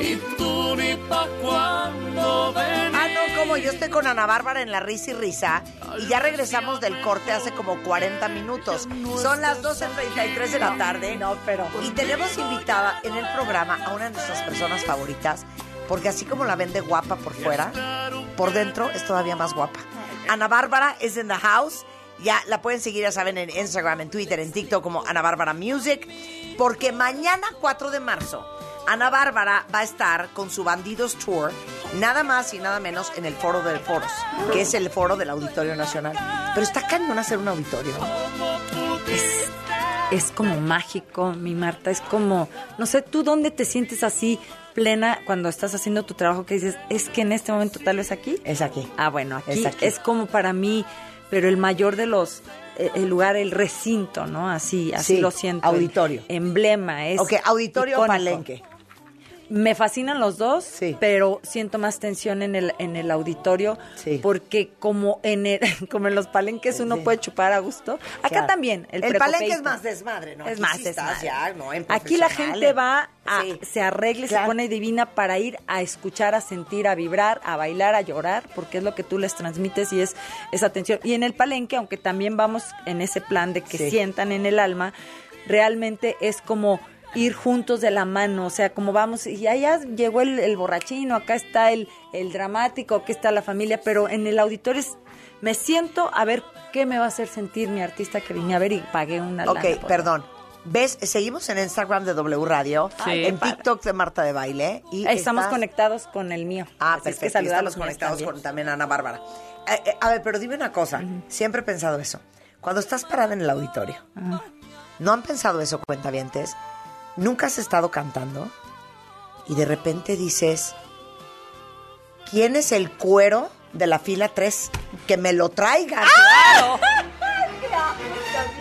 Y tú ni pa' cuando venís. Ah, no, como yo estoy con Ana Bárbara en la risa y risa. Y ya regresamos del corte hace como 40 minutos. Son las 12.33 de la tarde. No, pero. Y tenemos invitada en el programa a una de nuestras personas favoritas. Porque así como la vende guapa por fuera, por dentro es todavía más guapa. Ana Bárbara es en the house. Ya la pueden seguir, ya saben, en Instagram, en Twitter, en TikTok como Ana Bárbara Music. Porque mañana 4 de marzo, Ana Bárbara va a estar con su Bandidos Tour, nada más y nada menos en el Foro del Foros, que es el foro del Auditorio Nacional. Pero está cañón hacer un auditorio. Es, es como mágico, mi Marta. Es como, no sé, tú dónde te sientes así plena cuando estás haciendo tu trabajo que dices, es que en este momento tal vez aquí. Es aquí. Ah, bueno, aquí Es es, aquí. como para mí, pero el mayor de los, eh, el lugar, el recinto, ¿no? Así, así Sí, lo siento. auditorio. El emblema, es. ok, auditorio o icónico. palenque. Me fascinan los dos, pero siento más tensión en el, en el auditorio, porque como en el, como en los palenques uno puede chupar a gusto. Acá Claro. también. El, El, palenque es precopeito. más desmadre, ¿no? Es Aquí más sí estás desmadre. ya, ¿no? En Aquí la profesional, gente en- va, a, se arregla, y se pone divina para ir a escuchar, a sentir, a vibrar, a bailar, a llorar, porque es lo que tú les transmites y es esa atención. Y en el palenque, aunque también vamos en ese plan de que Sí. sientan en el alma, realmente es como ir juntos de la mano, o sea, como vamos, y allá llegó el, el borrachino, acá está el, el dramático, aquí está la familia, pero en el auditorio es- me siento a ver qué me va a hacer sentir mi artista que vine a ver y pagué una lana Ok, por- perdón. ¿Ves? Seguimos en Instagram de W Radio, Sí. en TikTok de Marta de Baile. Y Estamos estás- conectados con el mío. Ah, Así es perfecto. que y saludamos estamos con él conectados también. con también Ana Bárbara. Eh, eh, A ver, pero dime una cosa. Siempre he pensado eso. Cuando estás parada en el auditorio, Ajá. ¿no han pensado eso, cuentavientes? ¿Nunca has estado cantando? Y de repente dices, ¿quién es el cuero de la fila 3? Que me lo traigan. ¡Ah!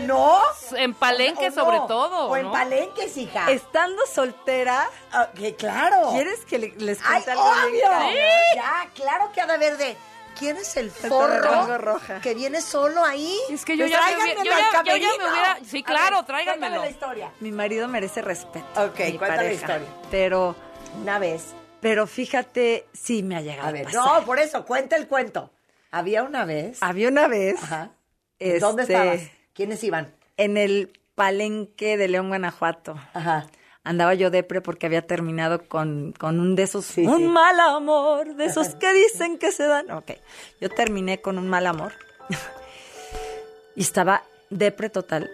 ¿No? En Palenque ¿O no? sobre todo. O en ¿no? palenques, hija. Estando soltera. que claro. ¿Quieres que le- les ¡Ay, cuente algo bien obvio! cañón? Ya, claro que ha de haber de. ¿Quién es el tarango forro que viene solo ahí? Es que yo ya me hubiera- yo ya- yo ya me hubiera- sí, claro, tráiganmelo. la historia. Mi marido merece respeto. Ok, mi cuenta la historia. Pero. Una vez. Pero fíjate, sí me ha llegado. A ver, pasar. no, por eso, cuenta el cuento. Había una vez. Había una vez. ¿Dónde este, estabas? ¿Quiénes iban? En el palenque de León, Guanajuato. Ajá. Andaba yo depre porque había terminado con, con un de esos. un sí. mal amor, de esos que dicen que se dan. Ok. Yo terminé con un mal amor. y estaba depre total.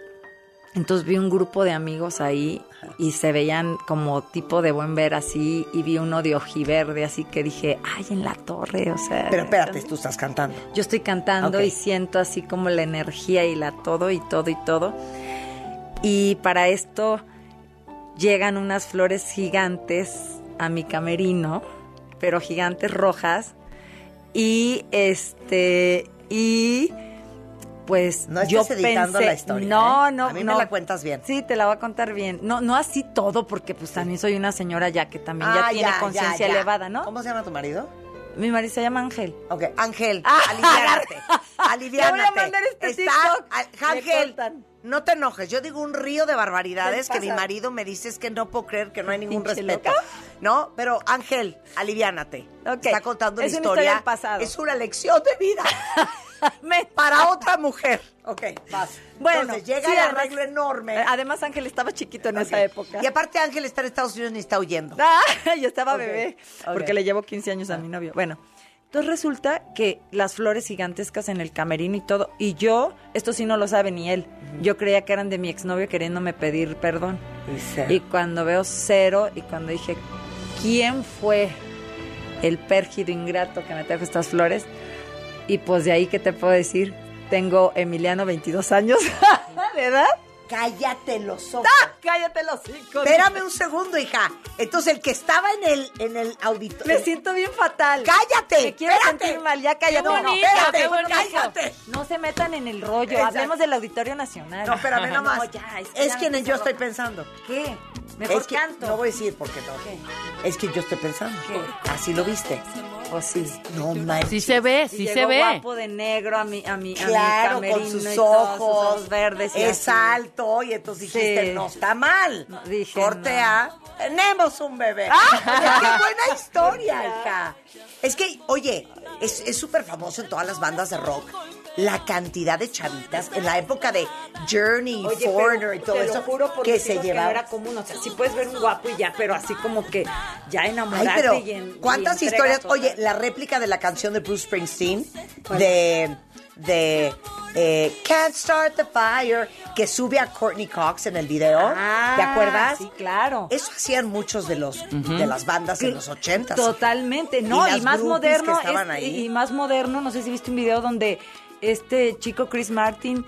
Entonces vi un grupo de amigos ahí y se veían como tipo de buen ver así. Y vi uno de ojiverde, así que dije, ay, en la torre, o sea. Pero espérate, tú estás cantando. Yo estoy cantando Ok. y siento así como la energía y la todo y todo y todo. Y para esto llegan unas flores gigantes a mi camerino, pero gigantes rojas. Y este y pues No estés yo editando pensé, la historia, No, ¿eh? no, A mí me no. la cuentas bien. Sí, te la voy a contar bien. No, no así todo porque pues también soy una señora ya que también ya Ah, tiene ya, conciencia ya, ya. elevada, ¿no? ¿Cómo se llama tu marido? Mi marido se llama Ángel. Ah. Ok, Ángel, aliviárate. aliviárate. Te voy a mandar este Está- TikTok. Al- Le Ángel, cortan. no te enojes. Yo digo un río de barbaridades ¿Qué que mi pasa? marido me dice es que no puedo creer que no hay ningún Pinche respeto. No, pero Ángel, aliviánate. Está contando Es una una historia. historia del pasado. Es una lección de vida. Para otra mujer. Ok, vas. Bueno, Entonces, llega sí, el además- eh, arreglo enorme. Además, Ángel estaba chiquito en esa época. Y aparte Ángel está en Estados Unidos ni está huyendo. Ah, yo estaba Ok, bebé, ok. porque le llevo 15 años a mi novio. Bueno, entonces resulta que las flores gigantescas en el camerino y todo, y yo, esto sí no lo sabe ni él, yo creía que eran de mi exnovio queriéndome pedir perdón. Y cuando veo cero, y cuando dije, ¿quién fue el pérgido ingrato que me trajo estas flores? Y pues de ahí, ¿qué te puedo decir? Tengo Emiliano, 22 años. ¿De edad? Cállate los ojos. ¡Ah! Cállate los hijos. Espérame un segundo, hija. Entonces, el que estaba en el, en el auditorio. Me siento bien fatal. ¡Cállate! Me quiero Espérate. sentir mal, ya cállate. No, no, No, espérate, espérate, bueno, cállate. No se metan en el rollo, Exacto. hablemos del Auditorio Nacional. No, espérame nomás. No, ya, es que ya quien me yo puse estoy loca. pensando. ¿Qué? Mejor Es que- canto. No voy a decir porque no. Es que yo estoy pensando. Así lo viste. Oh, O sí. No manches. Sí se ve, Y sí llegó se ve. guapo de negro a mi, a mi, Claro, a mi con camerino sus y todos ojos, sus ojos verdes. y es así. alto y entonces dijiste, Sí. no está mal. dije, Corte no. A, tenemos un bebé. ¡Qué buena historia, hija! Es que, oye, es es súper famoso en todas las bandas de rock la cantidad de chavitas en la época de Journey, Oye, pero Foreigner y todo te eso lo juro por que mis se hijos no llevaban. era común, o sea, sí puedes ver un guapo y ya, pero así como que ya Ay, enamorarte pero y en- y ¿cuántas historias? entregas total. Oye, la réplica de la canción de Bruce Springsteen de de eh, Can't Start the Fire que sube a Courtney Cox en el video. ¿Te Ah, acuerdas? Sí, claro. Eso hacían muchos de los de las bandas en los ochentas. Totalmente, no, Y y, las más groupies moderno, que estaban este- ahí. y más moderno, no sé si viste un video donde este chico Chris Martin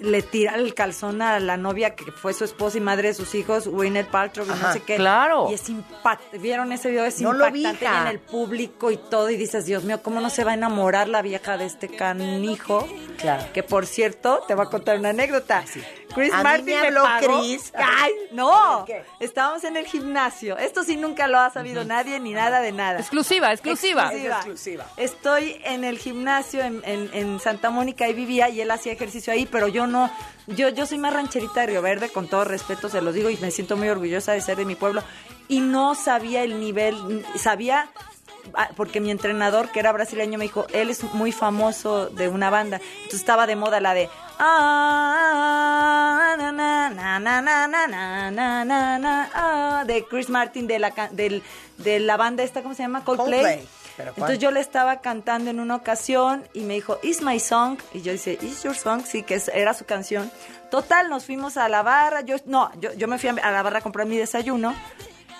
le tira el calzón a la novia que fue su esposa y madre de sus hijos, Winnet Paltrow, y Ajá, no sé qué. claro. Y es impactante, vieron ese video, es No lo vi, impactante hija. y en el público y todo, y dices, Dios mío, ¿cómo no se va a enamorar la vieja de este canijo? Claro. Que por cierto, te voy a contar una anécdota. Chris A mí Martin me habló pagó- Chris. Ay, no. ¿Qué? Estábamos en el gimnasio. Esto sí nunca lo ha sabido nadie ni nada de nada. Exclusiva, exclusiva. Es exclusiva. Estoy en el gimnasio en, en- en Santa Mónica y vivía y él hacía ejercicio ahí, pero yo no. Yo, yo soy más rancherita de Río Verde, con todo respeto se los digo, y me siento muy orgullosa de ser de mi pueblo. Y no sabía el nivel, sabía ah, porque mi entrenador, que era brasileño, me dijo, él es muy famoso de una banda. Entonces estaba de moda la de... "Ah, na, na, na, na, na, na, na, na, na, na, ah", de Chris Martin, de la, ca- del- de la banda esta, ¿cómo se llama? Coldplay. Pero, ¿cuál? Entonces yo le estaba cantando en una ocasión y me dijo, Is my song. Y yo dije, Is your song. Sí, que es- era su canción. Total, nos fuimos a la barra. Yo, no, yo, yo me fui a a la barra a comprar mi desayuno.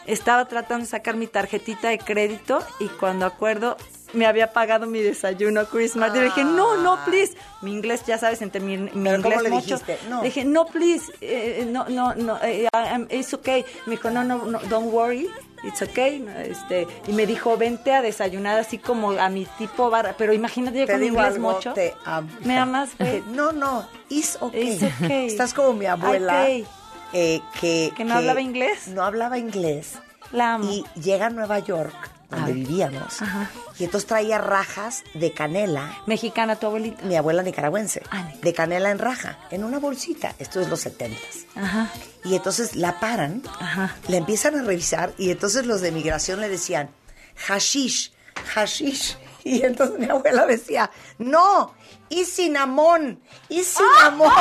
Estaba tratando de sacar mi tarjetita de crédito y cuando acuerdo me había pagado mi desayuno Chris Martin. Le dije, no, no, please. Mi inglés, ya sabes, entre mi, mi ¿Pero cómo inglés le mocho. dijiste? No. Le dije, no, please, eh, eh, no, no, no, eh, I'm- it's okay. Me dijo, no, no, no, don't worry, it's okay. no, Este, y me dijo, vente a desayunar así como a mi tipo barra. Pero imagínate yo Te con mi digo inglés algo, mocho. te amo. Me amas, güey. No, no, it's okay. It's okay. Estás como mi abuela. Okay. eh, que, Que no hablaba inglés. No hablaba inglés. La amo. Y llega a Nueva York, donde vivíamos. Y entonces traía rajas de canela. Mexicana, tu abuelita. Ah, Mi abuela nicaragüense. De canela en raja, en una bolsita. Esto es los setentas. Ajá. Y entonces la paran, la empiezan a revisar y entonces los de migración le decían, hashish, hashish. Y entonces mi abuela decía, no, y cinnamon, y Ah. cinnamon.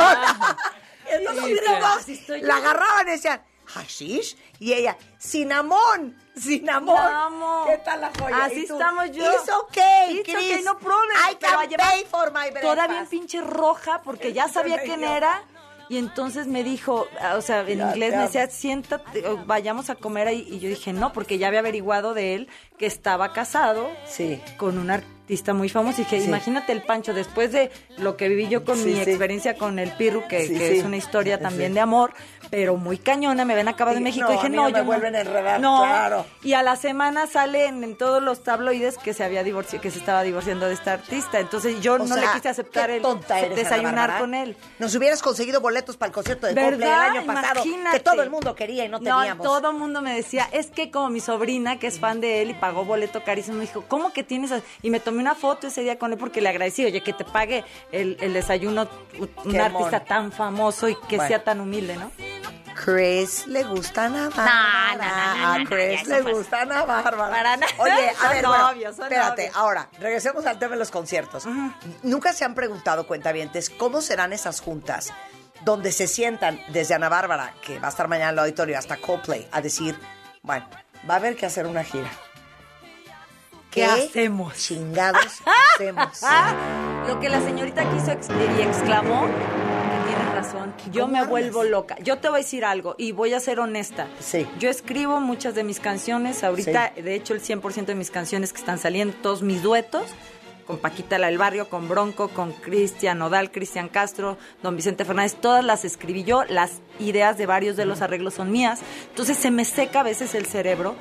Y entonces Sí, mi claro. mamá Sí, estoy la llorando. agarraban y decían, hashish. Y ella, cinnamon, cinnamon. La amo. ¿Qué tal la joya? Así Y tú, estamos yo. It's okay, It's Chris. okay, no problem. I Pero can a llevar pay for my breakfast. Toda bien pinche roja porque ya sabía quién era. Y entonces me dijo, ah, o sea, en Ya, inglés te me amo. decía, siéntate, o vayamos a comer ahí. Y yo dije, no, porque ya había averiguado de él que estaba casado Sí. con un artista muy famoso. Y dije, Sí. imagínate el Pancho, después de lo que viví yo con Sí, mi sí. experiencia con el Pirru, que, Sí, que sí. es una historia Sí, también sí. de amor, pero muy cañona, me ven acabado de Sí, México. no, y dije, a mí no, no yo me vuelven a enredar, No. claro. Y a la semana salen en todos los tabloides que se había divorciado, que se estaba divorciando de esta artista. Entonces yo O no sea, le quise aceptar qué el tonta eres, Ana desayunar Bárbara. con él. Nos hubieras conseguido boletos para el concierto de ¿Verdad? Coldplay el año pasado, Imagínate. que todo el mundo quería y no teníamos. todo el mundo me decía, es que como mi sobrina, que es fan de él y pagó boleto carísimo, me dijo, ¿cómo que tienes? a-?" Y me tomé una foto ese día con él porque le agradecí, oye, que te pague el, el desayuno u- un Qué artista mono. tan famoso y que Bueno. sea tan humilde, ¿no? Chris le gusta Ana Ah, Bárbara. a Chris Ah, pues, le gusta Ana Bárbara. Para nada. Oye, a Son ver, bueno, novios, son espérate, novios. ahora, regresemos al tema de los conciertos. Nunca se han preguntado, cuentavientes, cómo serán esas juntas donde se sientan desde Ana Bárbara, que va a estar mañana en el auditorio, hasta Coldplay, a decir, bueno, va a haber que hacer una gira. ¿Qué hacemos? Chingados hacemos. Lo que la señorita quiso ex- y exclamó, que tienes razón, yo ¿Cómo me hablas? vuelvo loca. Yo te voy a decir algo y voy a ser honesta. Sí. Yo escribo muchas de mis canciones, ahorita de hecho el 100% de mis canciones que están saliendo, todos mis duetos, con Paquita La del Barrio, con Bronco, con Cristian Odal, Cristian Castro, Don Vicente Fernández, todas las escribí yo, las ideas de varios de los arreglos son mías, entonces se me seca a veces el cerebro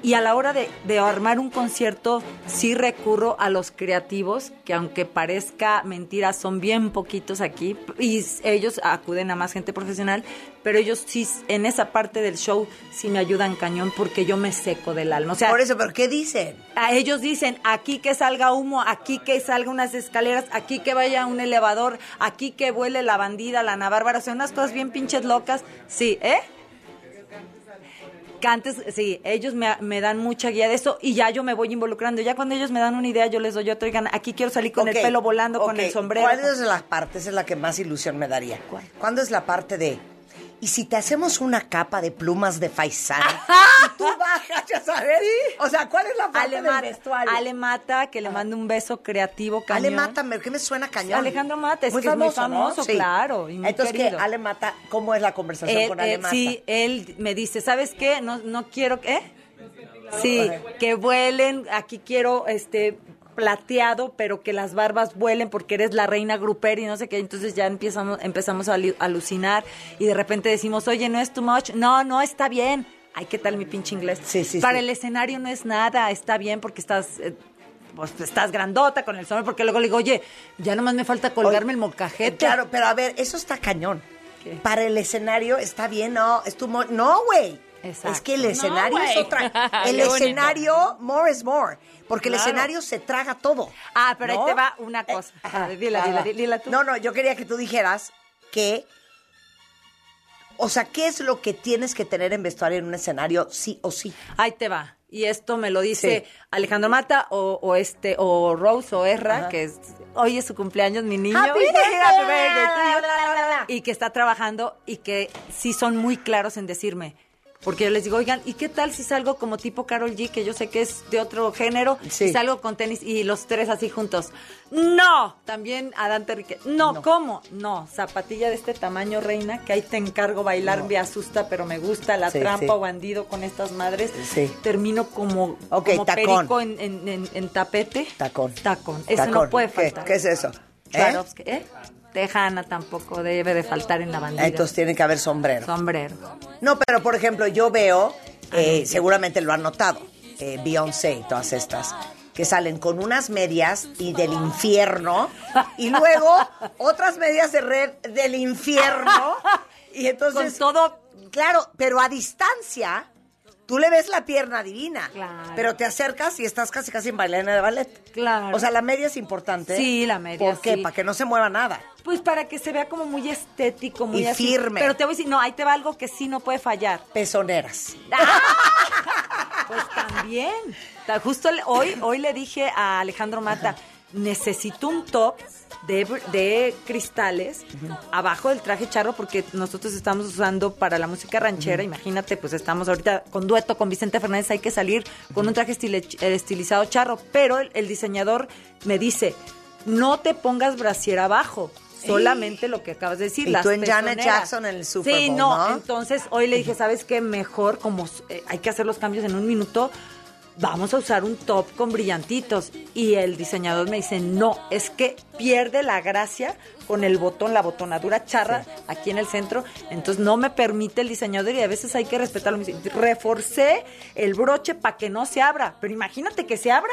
y a la hora de, de armar un concierto sí recurro a los creativos, que aunque parezca mentira, son bien poquitos aquí y s- ellos acuden a más gente profesional, pero ellos sí s- en esa parte del show sí me ayudan cañón porque yo me seco del alma. O sea, Por eso, ¿pero qué dicen? a ellos dicen, aquí que salga humo, aquí que salga unas escaleras, aquí que vaya un elevador, aquí que vuele la bandida, la Ana Bárbara, o sea, unas cosas bien pinches locas. Sí, ¿eh? Cantes, sí, ellos me, me dan mucha guía de eso y ya yo me voy involucrando. Ya cuando ellos me dan una idea, yo les doy yo oigan, aquí quiero salir con Ok, el pelo volando, con ok. el sombrero. ¿Cuál es la parte? Esa es la que más ilusión me daría. ¿Cuándo es la parte de.? Y si te hacemos una capa de plumas de faisán, Ah, y tú bajas, ya sabes. O sea, ¿cuál es la parte Ale, Mata, del vestuario? Ale Mata, que le mando un beso creativo, cañón. Ale Mata, me- ¿qué me suena cañón? Alejandro Mata, es que es muy ¿no? famoso, Sí. claro, y muy Entonces, ¿qué? querido. Ale Mata, ¿cómo es la conversación Él- con Ale él- Mata? Eh, Sí, él me dice, ¿sabes qué? No, no quiero que... ¿eh? Sí, que vuelen, aquí quiero este plateado, pero que las barbas vuelen porque eres la reina grupera y no sé qué. Entonces ya empezamos, empezamos a alu- alucinar y de repente decimos, oye, no es too much. No, no, está bien. Ay, ¿qué tal mi pinche inglés? sí, Para sí. el escenario no es nada, está bien porque estás... eh, pues estás grandota con el sol, porque luego le digo, oye, ya nomás me falta colgarme el mocajete. Eh, Claro, pero a ver, eso está cañón. Para el escenario está bien, no, es tu mo- no, güey. Exacto. Es que el No, escenario es güey. otra. El Qué bonito. escenario more is more, porque el Claro. escenario se traga todo. Ah, pero ¿no? Eh, ahí te va una cosa. A ver, dila, dila, dila, dila tú. No, no, yo quería que tú dijeras que O sea, ¿qué es lo que tienes que tener en vestuario en un escenario sí o sí? Ahí te va. ah, Y esto me lo dice Sí. Alejandro Mata o, o este o Rose o Erra, Ajá. que es, hoy es su cumpleaños, mi niño. Happy birthday, happy birthday to you. Y que está trabajando y que sí son muy claros en decirme. Porque yo les digo, oigan, ¿y qué tal si salgo como tipo Carol G, que yo sé que es de otro género, Sí. y salgo con tenis y los tres así juntos? ¡No! También Adán Terrique. No, ¿cómo? No, zapatilla de este tamaño, reina, que ahí te encargo bailar, No. me asusta, pero me gusta la Sí, trampa sí. o bandido con estas madres. Sí. Termino como, Ok, como tacón. ¿Eh? perico en, en- en- en tapete. Tacón. Tacón. Eso Tacón. no puede ¿Qué- faltar. ¿Qué, es eso? ¿Eh? Swarovski, ¿eh? Tejana tampoco debe de faltar en la bandera. Entonces tiene que haber sombrero. Sombrero. No, pero por ejemplo, yo veo, eh, seguramente lo han notado, eh, Beyoncé y todas estas, que salen con unas medias y del infierno, y luego otras medias de red del infierno, y entonces... Con todo... Claro, pero a distancia, tú le ves la pierna divina, Claro. pero te acercas y estás casi casi en bailarina de ballet. Claro. O sea, la media es importante. Sí, la media, ¿Por qué? sí. Para que no se mueva nada. Pues para que se vea como muy estético, muy Y así. firme. Pero te voy a decir, no, ahí te va algo que sí no puede fallar. Pezoneras. Pues también. Ta- Justo el- hoy, hoy le dije a Alejandro Mata, necesito un top de, br- de cristales abajo del traje charro porque nosotros estamos usando para la música ranchera, Ujú. imagínate, pues estamos ahorita con dueto con Vicente Fernández, hay que salir con un traje estile- eh, estilizado charro, pero el, el diseñador me dice, no te pongas brasier abajo. Solamente lo que acabas de decir. Y las tú en Janet pezoneras". Jackson en el Super Sí, Bowl, no, ¿no? entonces hoy le dije, ¿sabes qué? Mejor, como eh, hay que hacer los cambios en un minuto, vamos a usar un top con brillantitos. Y el diseñador me dice, no, es que pierde la gracia con el botón, la botonadura charra aquí en el centro. Entonces no me permite el diseñador y a veces hay que respetarlo. Me dice, reforcé el broche para que no se abra. Pero imagínate que se abra.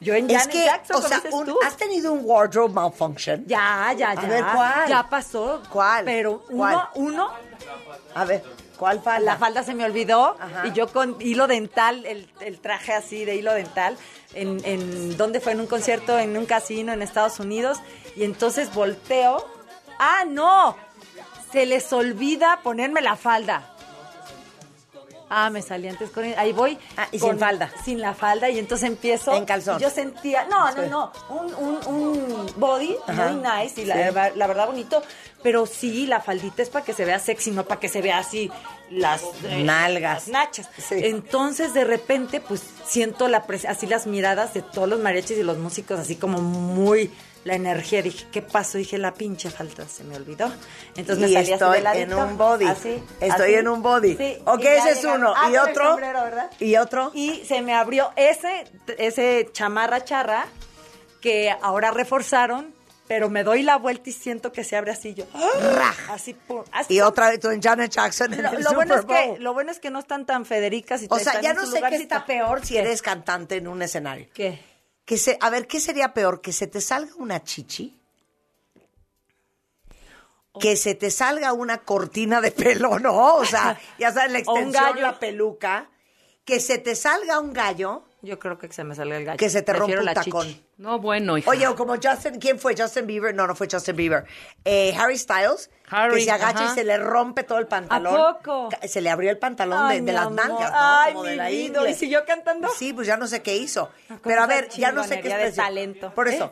Yo en Es Janet que, Jackson, o como sea, dices un- tú. ¿has tenido un wardrobe malfunction? Ya, ya, A ya. ver, ¿cuál? Ya pasó. ¿Cuál? Pero uno, ¿Cuál? uno A ver, ¿cuál falda? La falda se me olvidó Ajá. y yo con hilo dental, el, el traje así de hilo dental, en, en ¿dónde fue? En un concierto, en un casino en Estados Unidos. Y entonces volteo. ¡Ah, no! Se les olvida ponerme la falda. Ah, me salí antes con Ahí voy. Ah, y sin falda. Sin la falda y entonces empiezo. En calzón. y Yo sentía. No, no, Sí. no. Un, un- un body Ajá. muy nice Sí. y la, la verdad bonito. Pero sí, la faldita es para que se vea sexy, no para que se vea así las eh, Nalgas. las nachas. Sí. Entonces, de repente, pues siento la pres- así las miradas de todos los mariachis y los músicos, así como muy la energía. Dije, ¿qué pasó? Dije, la pinche falta, se me olvidó. Entonces Y me salí estoy así de ladito, en un body. así, Estoy así. en un body. Sí, Ok, y ya ese es llegaron. uno. Ah, ¿Y con el otro? sombrero, ¿verdad? ¿Y otro? Y se me abrió ese, ese chamarra charra que ahora reforzaron, pero me doy la vuelta y siento que se abre así yo. ¡Ah! Así, pum, así. Y otra vez tú en Janet Jackson en Lo, el lo Super bueno es que, Bowl. lo bueno es que no están tan Federicas y o te- sea, están ya en no su sé qué lugarcito. está peor si ¿Qué? eres cantante en un escenario. ¿Qué? Que se, a ver, ¿qué sería peor? ¿Que se te salga una chichi? Que se te salga una cortina de pelo, ¿no? O sea, ya sabes, la O un extensión, gallo. la peluca. Que se te salga un gallo. Yo creo que se me salió el gallo. Que se te rompa Prefiero un la tacón. chichi. No, bueno, hija. Oye, o como Justin, ¿quién fue? Justin Bieber. No, no fue Justin Bieber. Eh, Harry Styles. Harry, que se agacha ajá. y se le rompe todo el pantalón. ¿A poco? Ca- Se le abrió el pantalón Ay, de, mi de las amor. mangas, ¿no? Ay, como mi de la lindo. ingle. ¿Y siguió cantando? Ah, Sí, pues ya no sé qué hizo. Pero a ver, ya no sé qué es Chingonería de precio. talento. Por eso.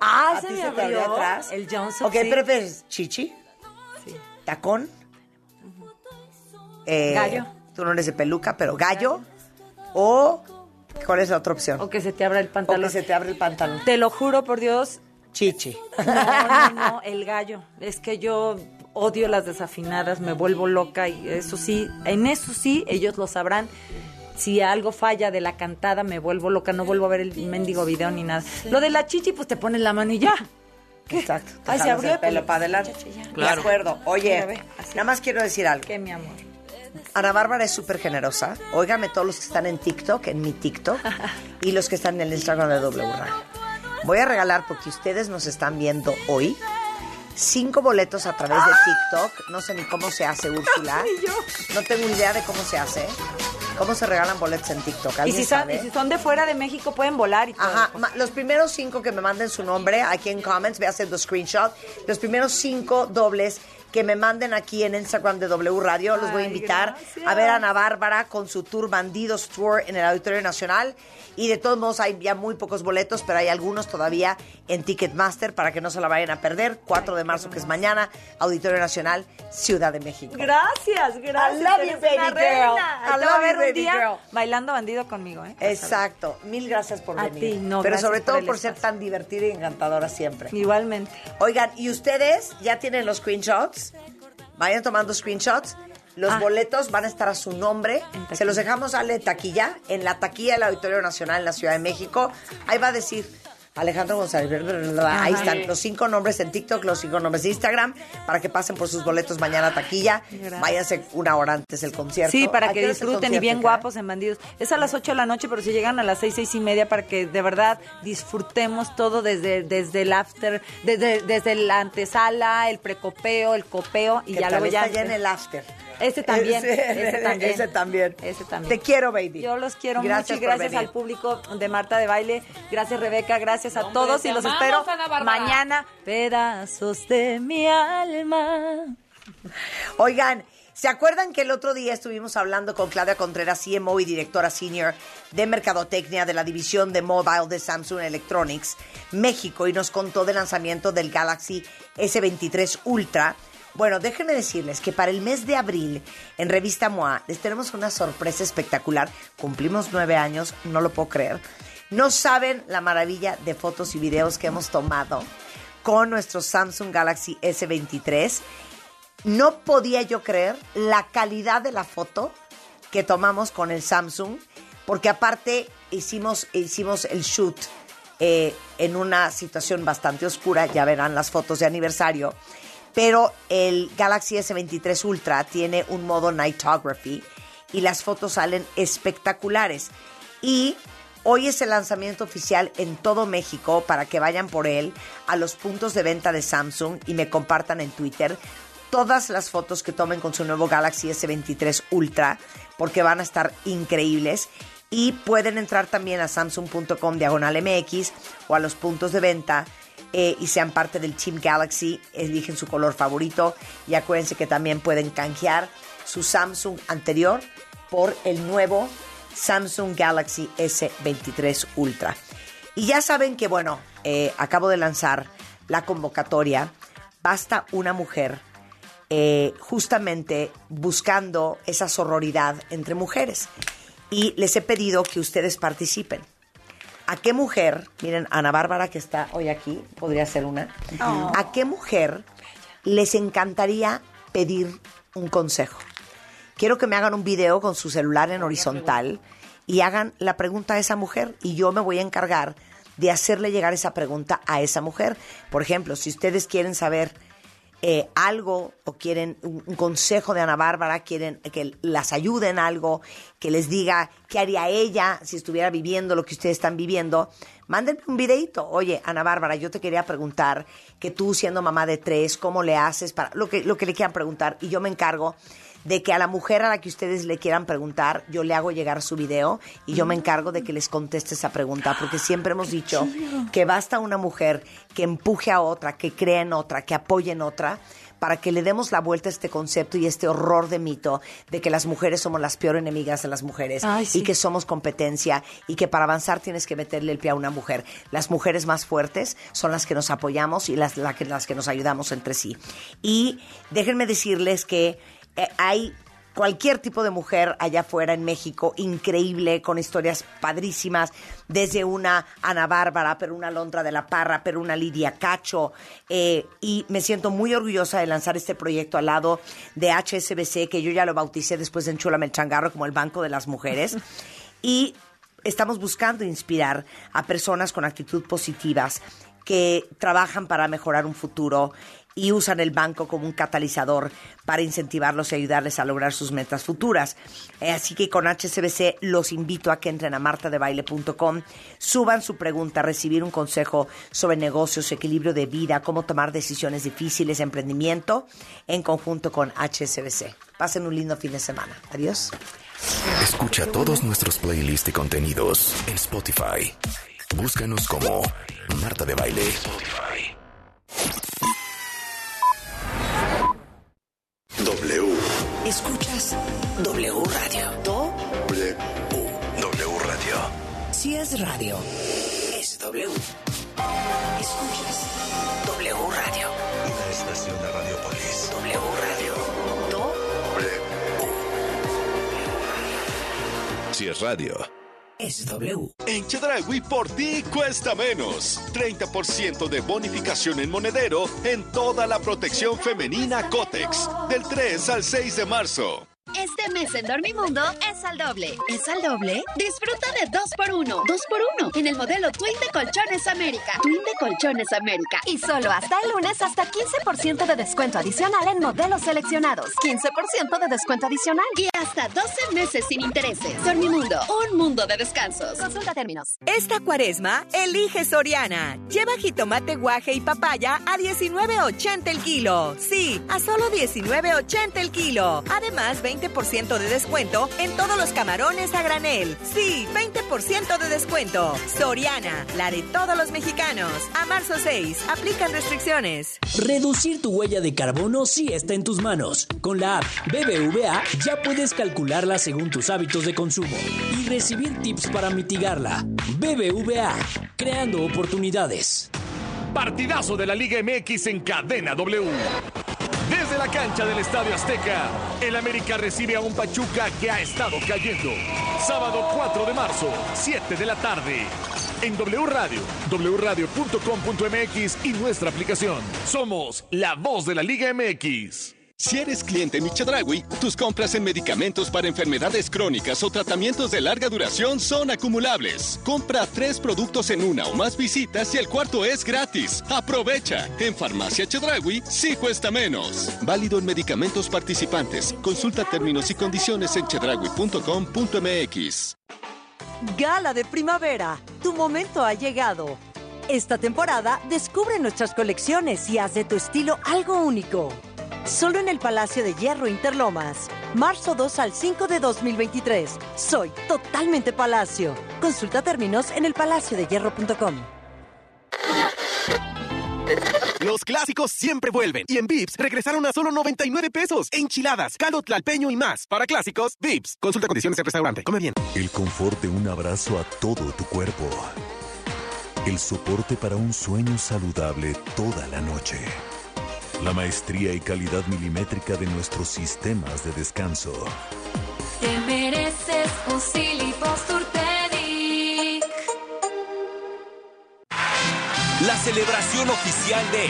Ah, ¿A se ti me se te abrió abrió atrás? El Johnson. Ok, sí. prefieres chichi, Sí. tacón, eh, Gallo. Tú no eres de peluca, pero gallo. O, ¿cuál es la otra opción? O que se te abra el O pantalón. que se te abre el pantalón. Te lo juro por Dios. Chichi. No, no, no, el gallo. Es que yo odio las desafinadas, me vuelvo loca y eso sí, en eso sí, ellos lo sabrán. Si algo falla de la cantada, me vuelvo loca, no vuelvo a ver el mendigo video ni nada. Lo de la chichi, pues te pones la mano y ya. Exacto. Ay, se Jalas abrió el pelo para adelante. De Claro. acuerdo. Mira, ve, Oye, así. nada más quiero decir algo. ¿Qué, mi amor? Ana Bárbara es súper generosa. Óigame todos los que están en TikTok, en mi TikTok, y los que están en el Instagram de W Radio. Voy a regalar, porque ustedes nos están viendo hoy, cinco boletos a través de TikTok. No sé ni cómo se hace, Úrsula. No tengo idea de cómo se hace. ¿Cómo se regalan boletos en TikTok? Y ¿Alguien si, son, sabe? y si son de fuera de México, pueden volar y todo. Ajá, ma- los primeros cinco que me manden su nombre aquí en comments, voy a hacer dos screenshots. Los primeros cinco dobles que me manden aquí en Instagram de W Radio. Los voy a Ay, invitar gracias. a ver a Ana Bárbara con su tour Bandidos Tour en el Auditorio Nacional. Y de todos modos hay ya muy pocos boletos, pero hay algunos todavía en Ticketmaster para que no se la vayan a perder. 4 de marzo, que es mañana, Auditorio Nacional, Ciudad de México. Gracias, gracias. I love you, eres baby una girl. reina. I Ahí te va love a ver you, un baby día girl. bailando bandido conmigo, ¿eh? Exacto. Mil gracias por A venir. ti, no, Pero gracias sobre por todo el por ser tan divertida y encantadora siempre. Igualmente. Oigan, ¿y ustedes ya tienen los screenshots? Vayan tomando screenshots. Los Ah. boletos van a estar a su nombre. Se los dejamos a la taquilla, en la taquilla del Auditorio Nacional en la Ciudad de México. Ahí va a decir Alejandro González. bla, bla, bla, bla. Ahí Ajá. están los cinco nombres en TikTok, los cinco nombres de Instagram, para que pasen por sus boletos mañana a taquilla. Gracias. Váyanse una hora antes del concierto. Sí, para ¿A que qué hora es el disfruten y bien concierto, guapos en bandidos. Es a las 8 de la noche, pero si llegan a las 6, 6 y media para que de verdad disfrutemos todo desde, desde el after, desde, desde la antesala, el precopeo, el copeo y Que ya tal luego vez ya. está ya en el after. Este también. Ese- Ese, también. ese también. Ese también. Te quiero, baby. Yo los quiero Gracias mucho y por gracias venir. al público de Marta de Baile. Gracias, Rebeca. Gracias a todos y te los amamos, espero Ana Bárbara. mañana. Pedazos de mi alma. Oigan, ¿se acuerdan que el otro día estuvimos hablando con Claudia Contreras, CMO y directora senior de Mercadotecnia de la división de mobile de Samsung Electronics México y nos contó del lanzamiento del Galaxy S23 Ultra? Bueno, déjenme decirles que para el mes de abril en Revista MOA les tenemos una sorpresa espectacular. Cumplimos nueve años, no lo puedo creer. No saben la maravilla de fotos y videos que hemos tomado con nuestro Samsung Galaxy S23 no podía yo creer la calidad de la foto que tomamos con el Samsung, porque aparte hicimos, hicimos el shoot eh, en una situación bastante oscura, ya verán las fotos de aniversario, pero el Galaxy S23 Ultra tiene un modo Nightography y las fotos salen espectaculares. Y hoy es el lanzamiento oficial en todo México para que vayan por él a los puntos de venta de Samsung y me compartan en Twitter todas las fotos que tomen con su nuevo Galaxy S23 Ultra, porque van a estar increíbles. Y pueden entrar también a samsung.com diagonal MX o a los puntos de venta eh, y sean parte del Team Galaxy, eligen su color favorito y acuérdense que también pueden canjear su Samsung anterior por el nuevo Samsung Galaxy S23 Ultra. Y ya saben que, bueno, eh, acabo de lanzar la convocatoria. Basta una mujer eh, justamente buscando esa sororidad entre mujeres. Y les he pedido que ustedes participen. ¿A qué mujer, miren, Ana Bárbara que está hoy aquí, podría ser una, Oh. ¿a qué mujer les encantaría pedir un consejo? Quiero que me hagan un video con su celular en horizontal y hagan la pregunta a esa mujer y yo me voy a encargar de hacerle llegar esa pregunta a esa mujer. Por ejemplo, si ustedes quieren saber eh, algo o quieren un, un consejo de Ana Bárbara, quieren que las ayuden algo, que les diga qué haría ella si estuviera viviendo lo que ustedes están viviendo, mándenme un videito. Oye, Ana Bárbara, yo te quería preguntar que tú siendo mamá de tres, ¿cómo le haces para lo que, lo que le quieran preguntar? Y yo me encargo de que a la mujer a la que ustedes le quieran preguntar, yo le hago llegar su video y yo me encargo de que les conteste esa pregunta, porque siempre hemos dicho chido. que basta una mujer que empuje a otra, que crea en otra, que apoye en otra, para que le demos la vuelta a este concepto y este horror de mito de que las mujeres somos las peor enemigas de las mujeres Ay, sí. y que somos competencia y que para avanzar tienes que meterle el pie a una mujer. Las mujeres más fuertes son las que nos apoyamos y las, la que- las que nos ayudamos entre sí. Y déjenme decirles que eh, hay cualquier tipo de mujer allá afuera en México, increíble, con historias padrísimas, desde una Ana Bárbara, pero una Londra de la Parra, pero una Lidia Cacho. eh, y me siento muy orgullosa de lanzar este proyecto al lado de HSBC, que yo ya lo bauticé después de Enchulame el Changarro como el Banco de las Mujeres. Y estamos buscando inspirar a personas con actitud positivas que trabajan para mejorar un futuro y usan el banco como un catalizador para incentivarlos y ayudarles a lograr sus metas futuras. Eh, Así que con HSBC los invito a que entren a martadebaile.com, suban su pregunta, recibir un consejo sobre negocios, equilibrio de vida, cómo tomar decisiones difíciles, emprendimiento, en conjunto con HSBC. Pasen un lindo fin de semana. Adiós. Escucha todos nuestros playlists y contenidos en Spotify. Búscanos como Marta de Baile. Escuchas W Radio. Do. W, W Radio. Si es radio, es W. Escuchas W Radio. Una estación de Radiopolis. W Radio. Do. W. Si es radio. Es W. En Chedragui por ti cuesta menos. 30% de bonificación en monedero en toda la protección femenina Cotex. Del 3 al 6 de marzo. Este mes en Dormimundo es al doble. ¿Es al doble? Disfruta de 2x1. 2x1 en el modelo Twin de Colchones América. Twin de Colchones América. Y solo hasta el lunes hasta 15% de descuento adicional en modelos seleccionados. 15% de descuento adicional. Y hasta 12 meses sin intereses. Dormimundo, un mundo de descansos. Consulta términos. Esta cuaresma, elige Soriana. Lleva jitomate, guaje y papaya a 19.80 el kilo. Sí, a solo 19.80 el kilo. Además, 20% de descuento en todos los camarones a granel. Sí, 20% de descuento. Soriana, la de todos los mexicanos. A marzo 6, aplican restricciones. Reducir tu huella de carbono sí está en tus manos. Con la app BBVA ya puedes calcularla según tus hábitos de consumo y recibir tips para mitigarla. BBVA, creando oportunidades. Partidazo de la Liga MX en cadena W. Desde la cancha del Estadio Azteca, el América recibe a un Pachuca que ha estado cayendo. Sábado 4 de marzo, 7 de la tarde. En W Radio, wradio.com.mx y nuestra aplicación. Somos la voz de la Liga MX. Si eres cliente Michedragui, tus compras en medicamentos para enfermedades crónicas o tratamientos de larga duración son acumulables. Compra tres productos en una o más visitas y el cuarto es gratis. ¡Aprovecha! En Farmacia Chedragui sí cuesta menos. Válido en medicamentos participantes. Consulta términos y condiciones en chedragui.com.mx. Gala de primavera. Tu momento ha llegado. Esta temporada descubre nuestras colecciones y haz de tu estilo algo único. Solo en el Palacio de Hierro Interlomas. Marzo 2 al 5 de 2023. Soy totalmente Palacio. Consulta términos en elpalaciodehierro.com. Los clásicos siempre vuelven y en Vips regresaron a solo 99 pesos. Enchiladas, caldo tlalpeño y más. Para clásicos, Vips. Consulta condiciones en restaurante. Come bien. El confort de un abrazo a todo tu cuerpo. El soporte para un sueño saludable toda la noche. La maestría y calidad milimétrica de nuestros sistemas de descanso. Te mereces un Silly Posturpedic. La celebración oficial de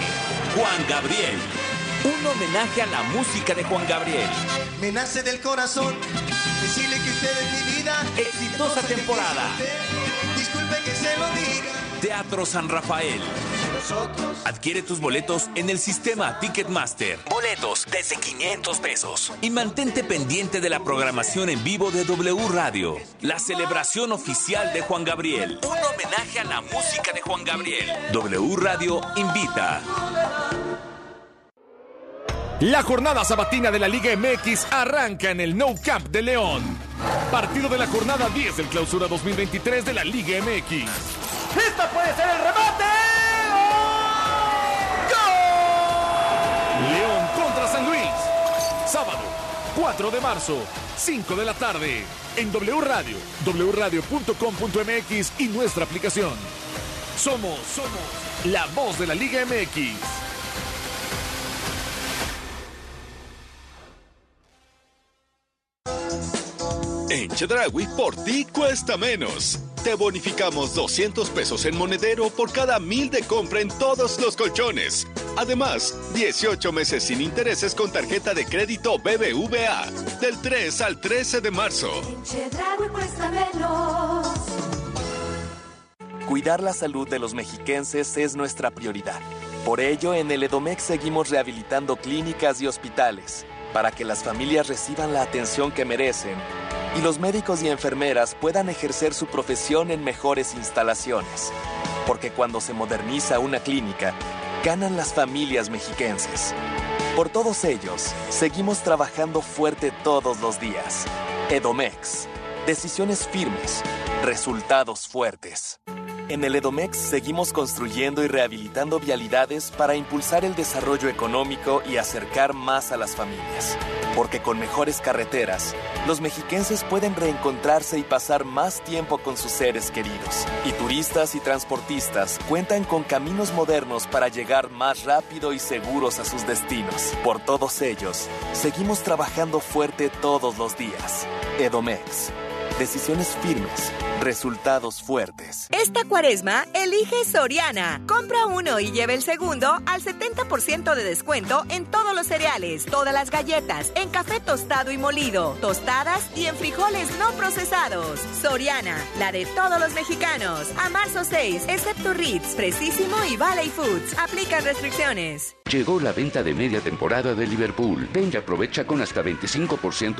Juan Gabriel. Un homenaje a la música de Juan Gabriel. Me nace del corazón decirle que usted es mi vida. Exitosa temporada. Disculpe que se lo diga. Teatro San Rafael. Adquiere tus boletos en el sistema Ticketmaster. Boletos desde 500 pesos. Y mantente pendiente de la programación en vivo de W Radio. La celebración oficial de Juan Gabriel. Un homenaje a la música de Juan Gabriel. W Radio invita. La jornada sabatina de la Liga MX arranca en el No Camp de León. Partido de la jornada 10 del clausura 2023 de la Liga MX. ¡Esta puede ser el remate! León contra San Luis. Sábado, 4 de marzo, 5 de la tarde. En W Radio, wradio.com.mx y nuestra aplicación. Somos, somos la voz de la Liga MX. En Chedragui, por ti cuesta menos. Te bonificamos 200 pesos en monedero por cada mil de compra en todos los colchones. Además, 18 meses sin intereses con tarjeta de crédito BBVA. Del 3 al 13 de marzo. Chedraui cuesta menos. Cuidar la salud de los mexiquenses es nuestra prioridad. Por ello, en el Edomex seguimos rehabilitando clínicas y hospitales para que las familias reciban la atención que merecen y los médicos y enfermeras puedan ejercer su profesión en mejores instalaciones. Porque cuando se moderniza una clínica, ganan las familias mexiquenses. Por todos ellos, seguimos trabajando fuerte todos los días. Edomex. Decisiones firmes. Resultados fuertes. En el Edomex seguimos construyendo y rehabilitando vialidades para impulsar el desarrollo económico y acercar más a las familias. Porque con mejores carreteras, los mexiquenses pueden reencontrarse y pasar más tiempo con sus seres queridos. Y turistas y transportistas cuentan con caminos modernos para llegar más rápido y seguros a sus destinos. Por todos ellos, seguimos trabajando fuerte todos los días. Edomex. Decisiones firmes, resultados fuertes. Esta cuaresma, elige Soriana. Compra uno y lleve el segundo al 70% de descuento en todos los cereales, todas las galletas, en café tostado y molido, tostadas y en frijoles no procesados. Soriana, la de todos los mexicanos. A marzo 6, excepto Ritz, Precisísimo y Valley Foods. Aplican restricciones. Llegó la venta de media temporada de Liverpool. Ven y aprovecha con hasta 25%